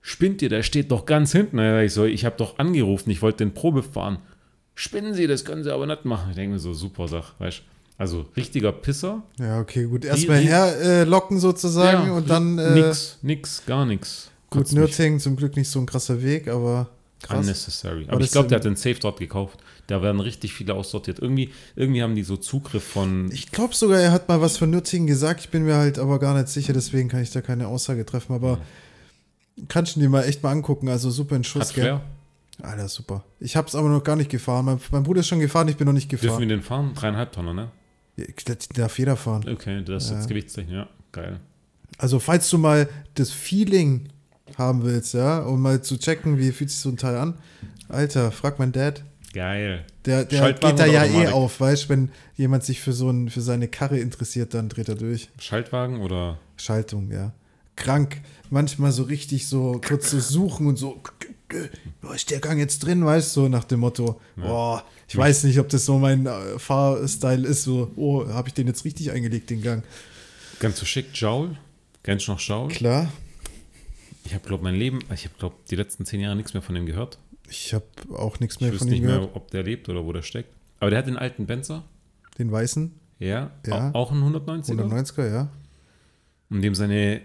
Speaker 1: Spinnt ihr, der steht doch ganz hinten. Da sag Ich, so, ich habe doch angerufen, ich wollte den Probe fahren. Spinnen Sie, das können Sie aber nicht machen. Ich denke mir so, super Sache, weißt du. Also richtiger Pisser.
Speaker 2: Ja, okay, gut. Erstmal
Speaker 1: die-
Speaker 2: herlocken äh, locken sozusagen
Speaker 1: Ja,
Speaker 2: und dann. Äh,
Speaker 1: nix, nix, gar nix.
Speaker 2: Gut,
Speaker 1: Kotzt mich
Speaker 2: Nürtingen zum Glück nicht so ein krasser Weg, aber krass.
Speaker 1: Unnecessary.
Speaker 2: Aber
Speaker 1: Aber ich
Speaker 2: das
Speaker 1: glaube, der
Speaker 2: sind-
Speaker 1: hat den Safe dort gekauft. Da werden richtig viele aussortiert. Irgendwie, irgendwie haben die so Zugriff von.
Speaker 2: Ich glaube sogar, er hat mal was von Nürtingen gesagt. Ich bin mir halt aber gar nicht sicher, deswegen kann ich da keine Aussage treffen. Aber kannst du dir mal echt mal angucken. Also super in
Speaker 1: Hat
Speaker 2: Schuss, gell?
Speaker 1: Flair.
Speaker 2: Alter, super. Ich hab's aber noch gar nicht gefahren. Mein, mein Bruder ist schon gefahren, ich bin noch nicht
Speaker 1: Dürfen wir
Speaker 2: gefahren.
Speaker 1: den fahren? Dreieinhalb Tonner, ne?
Speaker 2: Ja, darf jeder fahren.
Speaker 1: Okay, das ist
Speaker 2: Ja.
Speaker 1: jetzt Gewichtstechnik, ja. Geil.
Speaker 2: Also, falls du mal das Feeling haben willst, ja, um mal zu checken, wie fühlt sich so ein Teil an. Alter, frag mein Dad.
Speaker 1: Geil.
Speaker 2: Der, der
Speaker 1: Schaltwagen
Speaker 2: geht da
Speaker 1: oder
Speaker 2: ja eh
Speaker 1: Automatik?
Speaker 2: auf, weißt du, wenn jemand sich für so ein, für seine Karre interessiert, dann dreht er durch.
Speaker 1: Schaltwagen oder
Speaker 2: Schaltung, ja. Krank. Manchmal so richtig so kurz zu suchen und so, wo ist der Gang jetzt drin, weißt du, so nach dem Motto, boah, ich weiß nicht, ob das so mein äh, Fahrstyle ist, so, oh, habe ich den jetzt richtig eingelegt, den Gang.
Speaker 1: ganz so schick, Joule. Kennst du noch Joule?
Speaker 2: Klar,
Speaker 1: Ich habe, glaube mein Leben, ich habe, glaube die letzten zehn Jahre nichts mehr von dem gehört.
Speaker 2: ich habe auch nichts
Speaker 1: Ich
Speaker 2: mehr
Speaker 1: wüsste
Speaker 2: von
Speaker 1: nicht
Speaker 2: ihm gehört.
Speaker 1: mehr, ob der lebt oder wo der steckt. Aber der hat den alten Benzer.
Speaker 2: Den weißen,
Speaker 1: Ja.
Speaker 2: Ja.
Speaker 1: Au- Auch einen 190er.
Speaker 2: 190er, ja.
Speaker 1: in dem seine,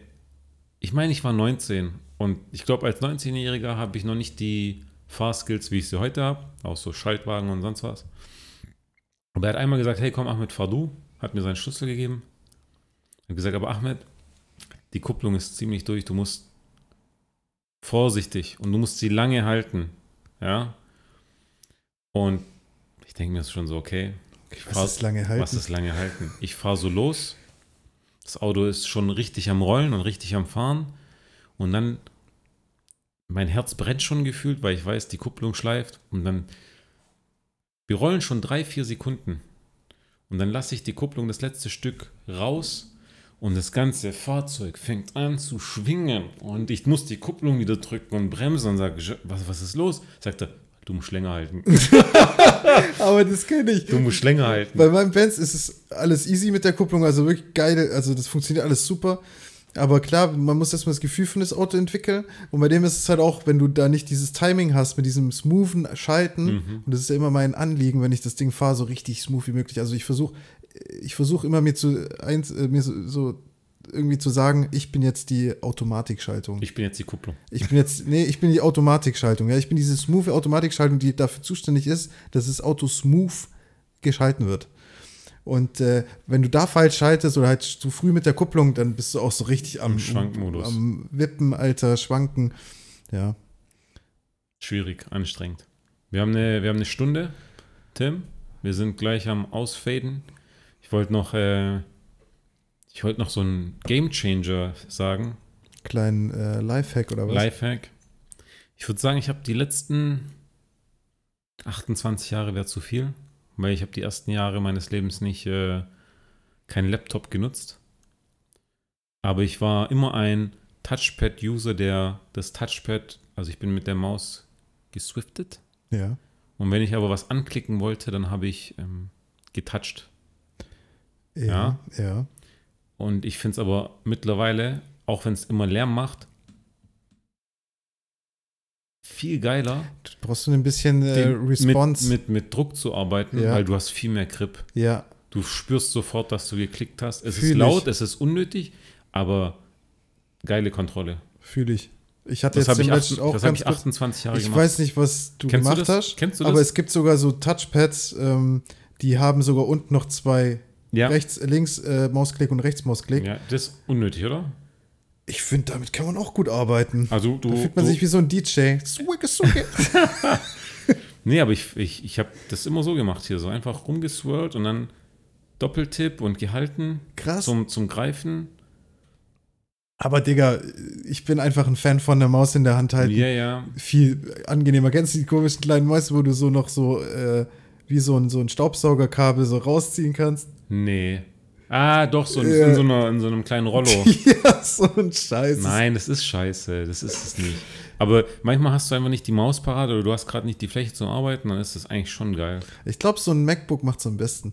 Speaker 1: ich meine, ich war 19 und ich glaube, als 19-Jähriger habe ich noch nicht die Fahrskills, wie ich sie heute habe, auch so Schaltwagen und sonst was. Aber er hat einmal gesagt, hey, komm Ahmed, fahr du, hat mir seinen Schlüssel gegeben. Hat gesagt, aber Ahmed, die Kupplung ist ziemlich durch, du musst vorsichtig und du musst sie lange halten, ja. Und ich denke mir das ist schon so, okay, ich
Speaker 2: Was ist lange halten?
Speaker 1: was ist lange halten? Ich fahre so los. Das Auto ist schon richtig am Rollen und richtig am Fahren. Und dann, mein Herz brennt schon gefühlt, weil ich weiß, die Kupplung schleift. Und dann, wir rollen schon drei, vier Sekunden. Und dann lasse ich die Kupplung das letzte Stück raus. Und das ganze Fahrzeug fängt an zu schwingen. Und ich muss die Kupplung wieder drücken und bremsen und sage, was, was ist los? Sagt er, du musst länger halten.
Speaker 2: Aber das kenne ich.
Speaker 1: Du musst länger halten.
Speaker 2: Bei meinem Benz ist es alles easy mit der Kupplung, also wirklich geil, also das funktioniert alles super. Aber klar, man muss erstmal das Gefühl für das Auto entwickeln. Und bei dem ist es halt auch, wenn du da nicht dieses Timing hast mit diesem smoothen Schalten, und das ist ja immer mein Anliegen, wenn ich das Ding fahre, so richtig smooth wie möglich. Also ich versuche, ich versuche immer mir zu eins, äh, mir so, so irgendwie zu sagen, ich bin jetzt die Automatikschaltung.
Speaker 1: Ich bin jetzt die Kupplung.
Speaker 2: Ich bin jetzt, nee, ich bin die Automatikschaltung. Ja, ich bin diese smooth Automatikschaltung, die dafür zuständig ist, dass das Auto smooth geschalten wird. Und äh, wenn du da falsch schaltest oder halt zu früh mit der Kupplung, dann bist du auch so richtig am
Speaker 1: Im Schwankmodus.
Speaker 2: am Wippen, Alter, Schwanken. Ja,
Speaker 1: Schwierig, anstrengend. Wir haben eine, wir haben eine Stunde, Tim. Wir sind gleich am Ausfaden. Ich wollte noch, äh, ich wollte noch so einen Game Changer sagen.
Speaker 2: kleinen äh, Lifehack oder was?
Speaker 1: Lifehack. Ich würde sagen, ich habe die letzten 28 Jahre wäre zu viel, weil ich habe die ersten Jahre meines Lebens nicht äh, keinen Laptop genutzt. Aber ich war immer ein Touchpad-User, der das Touchpad, also ich bin mit der Maus geswiftet.
Speaker 2: Ja.
Speaker 1: Und wenn ich aber was anklicken wollte, dann habe ich ähm, getouched.
Speaker 2: Ja. Ja.
Speaker 1: Und ich finde es aber mittlerweile, auch wenn es immer Lärm macht, viel geiler,
Speaker 2: Brauchst du ein bisschen äh,
Speaker 1: den-
Speaker 2: Response?
Speaker 1: Mit, mit, mit Druck zu arbeiten,
Speaker 2: Ja.
Speaker 1: weil du hast viel mehr Grip.
Speaker 2: ja.
Speaker 1: Du spürst sofort, dass du geklickt hast. Es
Speaker 2: Fühl
Speaker 1: ist
Speaker 2: ich.
Speaker 1: laut, es ist unnötig, aber geile Kontrolle.
Speaker 2: Fühle ich. Ich hatte
Speaker 1: Das
Speaker 2: jetzt
Speaker 1: habe
Speaker 2: im
Speaker 1: ich,
Speaker 2: letzten
Speaker 1: acht,
Speaker 2: auch
Speaker 1: das hab
Speaker 2: ganz
Speaker 1: ich
Speaker 2: kurz-
Speaker 1: 28 Jahre
Speaker 2: Ich
Speaker 1: gemacht.
Speaker 2: weiß nicht, was du
Speaker 1: Kennst du das?
Speaker 2: gemacht hast,
Speaker 1: Kennst du
Speaker 2: aber
Speaker 1: das?
Speaker 2: es gibt sogar so Touchpads, ähm, die haben sogar unten noch zwei
Speaker 1: ja.
Speaker 2: äh, rechts, links äh, Mausklick und rechts Mausklick.
Speaker 1: ja, das ist unnötig, oder?
Speaker 2: Ich finde, damit kann man auch gut arbeiten.
Speaker 1: Also du.
Speaker 2: da fühlt man
Speaker 1: du
Speaker 2: sich wie so ein DJ.
Speaker 1: (laughs)
Speaker 2: Swigge, swigge.
Speaker 1: nee, aber ich, ich, ich habe das immer so gemacht hier. So einfach rumgeswirlt und dann Doppeltipp und gehalten
Speaker 2: Krass.
Speaker 1: zum, zum Greifen.
Speaker 2: Aber Digga, ich bin einfach ein Fan von der Maus in der Hand halten.
Speaker 1: Ja, ja.
Speaker 2: Viel angenehmer. Kennst du die komischen kleinen Mäuse, wo du so noch so äh, wie so ein, so ein Staubsaugerkabel so rausziehen kannst?
Speaker 1: Nee. Ah, doch, so in,
Speaker 2: Ja.
Speaker 1: in, so, einer, in so einem kleinen Rollo.
Speaker 2: (laughs) ja, so ein Scheiß.
Speaker 1: Nein, das ist scheiße. Das ist es nicht. Aber manchmal hast du einfach nicht die Maus parat oder du hast gerade nicht die Fläche zum Arbeiten, dann ist das eigentlich schon geil.
Speaker 2: Ich glaube, so ein MacBook macht's am besten.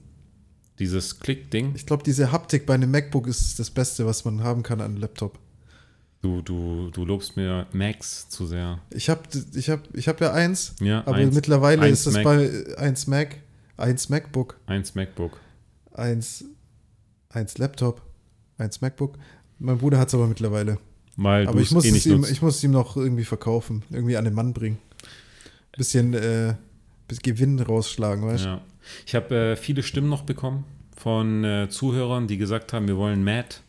Speaker 1: Dieses Klick-Ding,
Speaker 2: Ich glaube, diese Haptik bei einem MacBook ist das Beste, was man haben kann an einem Laptop.
Speaker 1: du, du, du lobst mir Max zu sehr.
Speaker 2: Ich habe ich hab, ich hab ja eins,
Speaker 1: Ja,
Speaker 2: aber
Speaker 1: eins.
Speaker 2: mittlerweile
Speaker 1: Eins
Speaker 2: ist das
Speaker 1: Mac.
Speaker 2: bei eins Mac, eins MacBook,
Speaker 1: Eins MacBook.
Speaker 2: eins, eins Laptop, eins MacBook. Mein Bruder hat's aber mittlerweile.
Speaker 1: Weil
Speaker 2: aber
Speaker 1: du
Speaker 2: ich
Speaker 1: es
Speaker 2: muss,
Speaker 1: eh
Speaker 2: es
Speaker 1: nicht
Speaker 2: ihm,
Speaker 1: nutzt.
Speaker 2: ich muss es ihm noch irgendwie verkaufen, irgendwie an den Mann bringen. Bisschen äh, bis Gewinn rausschlagen, weißt du?
Speaker 1: ja. ich habe äh, viele Stimmen noch bekommen von äh, Zuhörern, die gesagt haben, wir wollen Matt.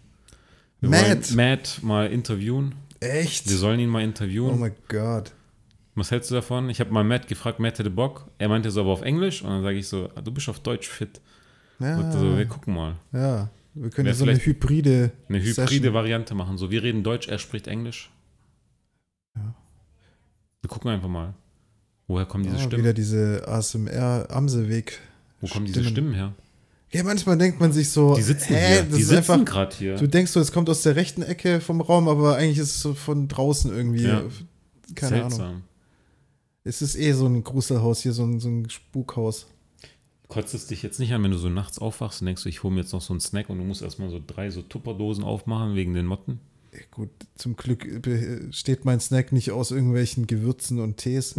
Speaker 1: Wir
Speaker 2: Matt?
Speaker 1: wollen Matt mal interviewen.
Speaker 2: Echt?
Speaker 1: Wir sollen ihn mal interviewen.
Speaker 2: Oh mein Gott.
Speaker 1: Was hältst du davon? Ich habe mal Matt gefragt, Matt hätte Bock. Er meinte so aber auf Englisch und dann sage ich so, ah, du bist auf Deutsch fit.
Speaker 2: Ah.
Speaker 1: Und so, wir
Speaker 2: Ja,
Speaker 1: gucken mal.
Speaker 2: ja. wir können
Speaker 1: Wär
Speaker 2: ja so eine
Speaker 1: vielleicht
Speaker 2: hybride
Speaker 1: Eine hybride
Speaker 2: Session-
Speaker 1: Variante machen. So, wir reden Deutsch, er spricht Englisch.
Speaker 2: Ja.
Speaker 1: Wir gucken einfach mal. Woher kommen diese
Speaker 2: Ah,
Speaker 1: Stimmen?
Speaker 2: Wieder diese ASMR-Amseweg.
Speaker 1: Wo kommen diese Stimmen her?
Speaker 2: Ja, manchmal denkt man sich so,
Speaker 1: Die sitzen
Speaker 2: hä,
Speaker 1: hier.
Speaker 2: das
Speaker 1: Die
Speaker 2: ist
Speaker 1: sitzen
Speaker 2: einfach.
Speaker 1: gerade hier.
Speaker 2: Du denkst so, es kommt aus der rechten Ecke vom Raum, aber eigentlich ist es so von draußen irgendwie.
Speaker 1: Ja.
Speaker 2: Keine
Speaker 1: Seltsam.
Speaker 2: Ahnung. Es ist eh so ein Gruselhaus hier, so ein, so ein Spukhaus.
Speaker 1: Kotzt es dich jetzt nicht an, wenn du so nachts aufwachst und denkst, ich hole mir jetzt noch so einen Snack und du musst erstmal so drei so Tupperdosen aufmachen wegen den Motten?
Speaker 2: Eh, Gut, zum Glück besteht mein Snack nicht aus irgendwelchen Gewürzen
Speaker 1: (laughs)
Speaker 2: und Tees.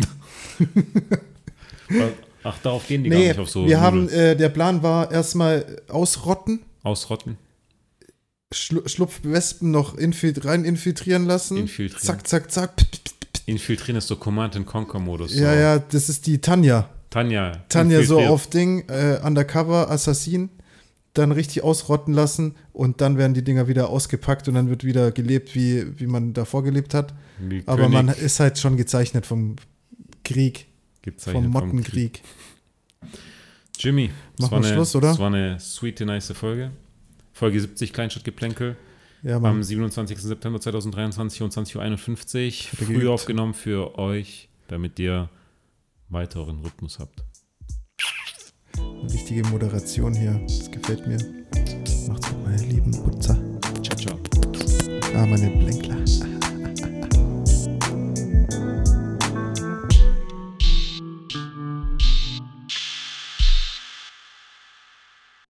Speaker 1: Ach, darauf gehen die gar
Speaker 2: nee,
Speaker 1: nicht auf so
Speaker 2: wir haben,
Speaker 1: Nudeln.
Speaker 2: äh, der Plan war erstmal ausrotten,
Speaker 1: Ausrotten.
Speaker 2: Schlu Schlupfwespen noch infilt rein infiltrieren lassen.
Speaker 1: Infiltrieren.
Speaker 2: Zack, zack, zack. Pst, pst, pst, pst.
Speaker 1: Infiltrieren ist so Command and Conquer Modus.
Speaker 2: Ja,
Speaker 1: so.
Speaker 2: ja, das ist die Tanja.
Speaker 1: Tanja.
Speaker 2: Tanja so
Speaker 1: infiltriert.
Speaker 2: auf Ding, äh, Undercover, Assassin, dann richtig ausrotten lassen und dann werden die Dinger wieder ausgepackt und dann wird wieder gelebt, wie, wie man davor gelebt hat.
Speaker 1: Wie
Speaker 2: Aber man
Speaker 1: König
Speaker 2: ist halt schon gezeichnet vom Krieg,
Speaker 1: gezeichnet Krieg.
Speaker 2: vom Mottenkrieg.
Speaker 1: Jimmy,
Speaker 2: Machen
Speaker 1: das war,
Speaker 2: wir
Speaker 1: eine,
Speaker 2: Schluss, oder?
Speaker 1: das war eine sweet, nice Folge. Folge 70 Kleinstadtgeplänkel
Speaker 2: Ja,
Speaker 1: am
Speaker 2: Mann.
Speaker 1: 27. September 2023 um 20.51 Uhr.
Speaker 2: Hat er
Speaker 1: Früh
Speaker 2: geübt.
Speaker 1: aufgenommen für euch, damit ihr weiteren Rhythmus habt.
Speaker 2: Richtige Moderation hier. Das gefällt mir. Macht's gut, meine lieben Putzer.
Speaker 1: Ciao, ciao.
Speaker 2: Ah, meine Blenkler.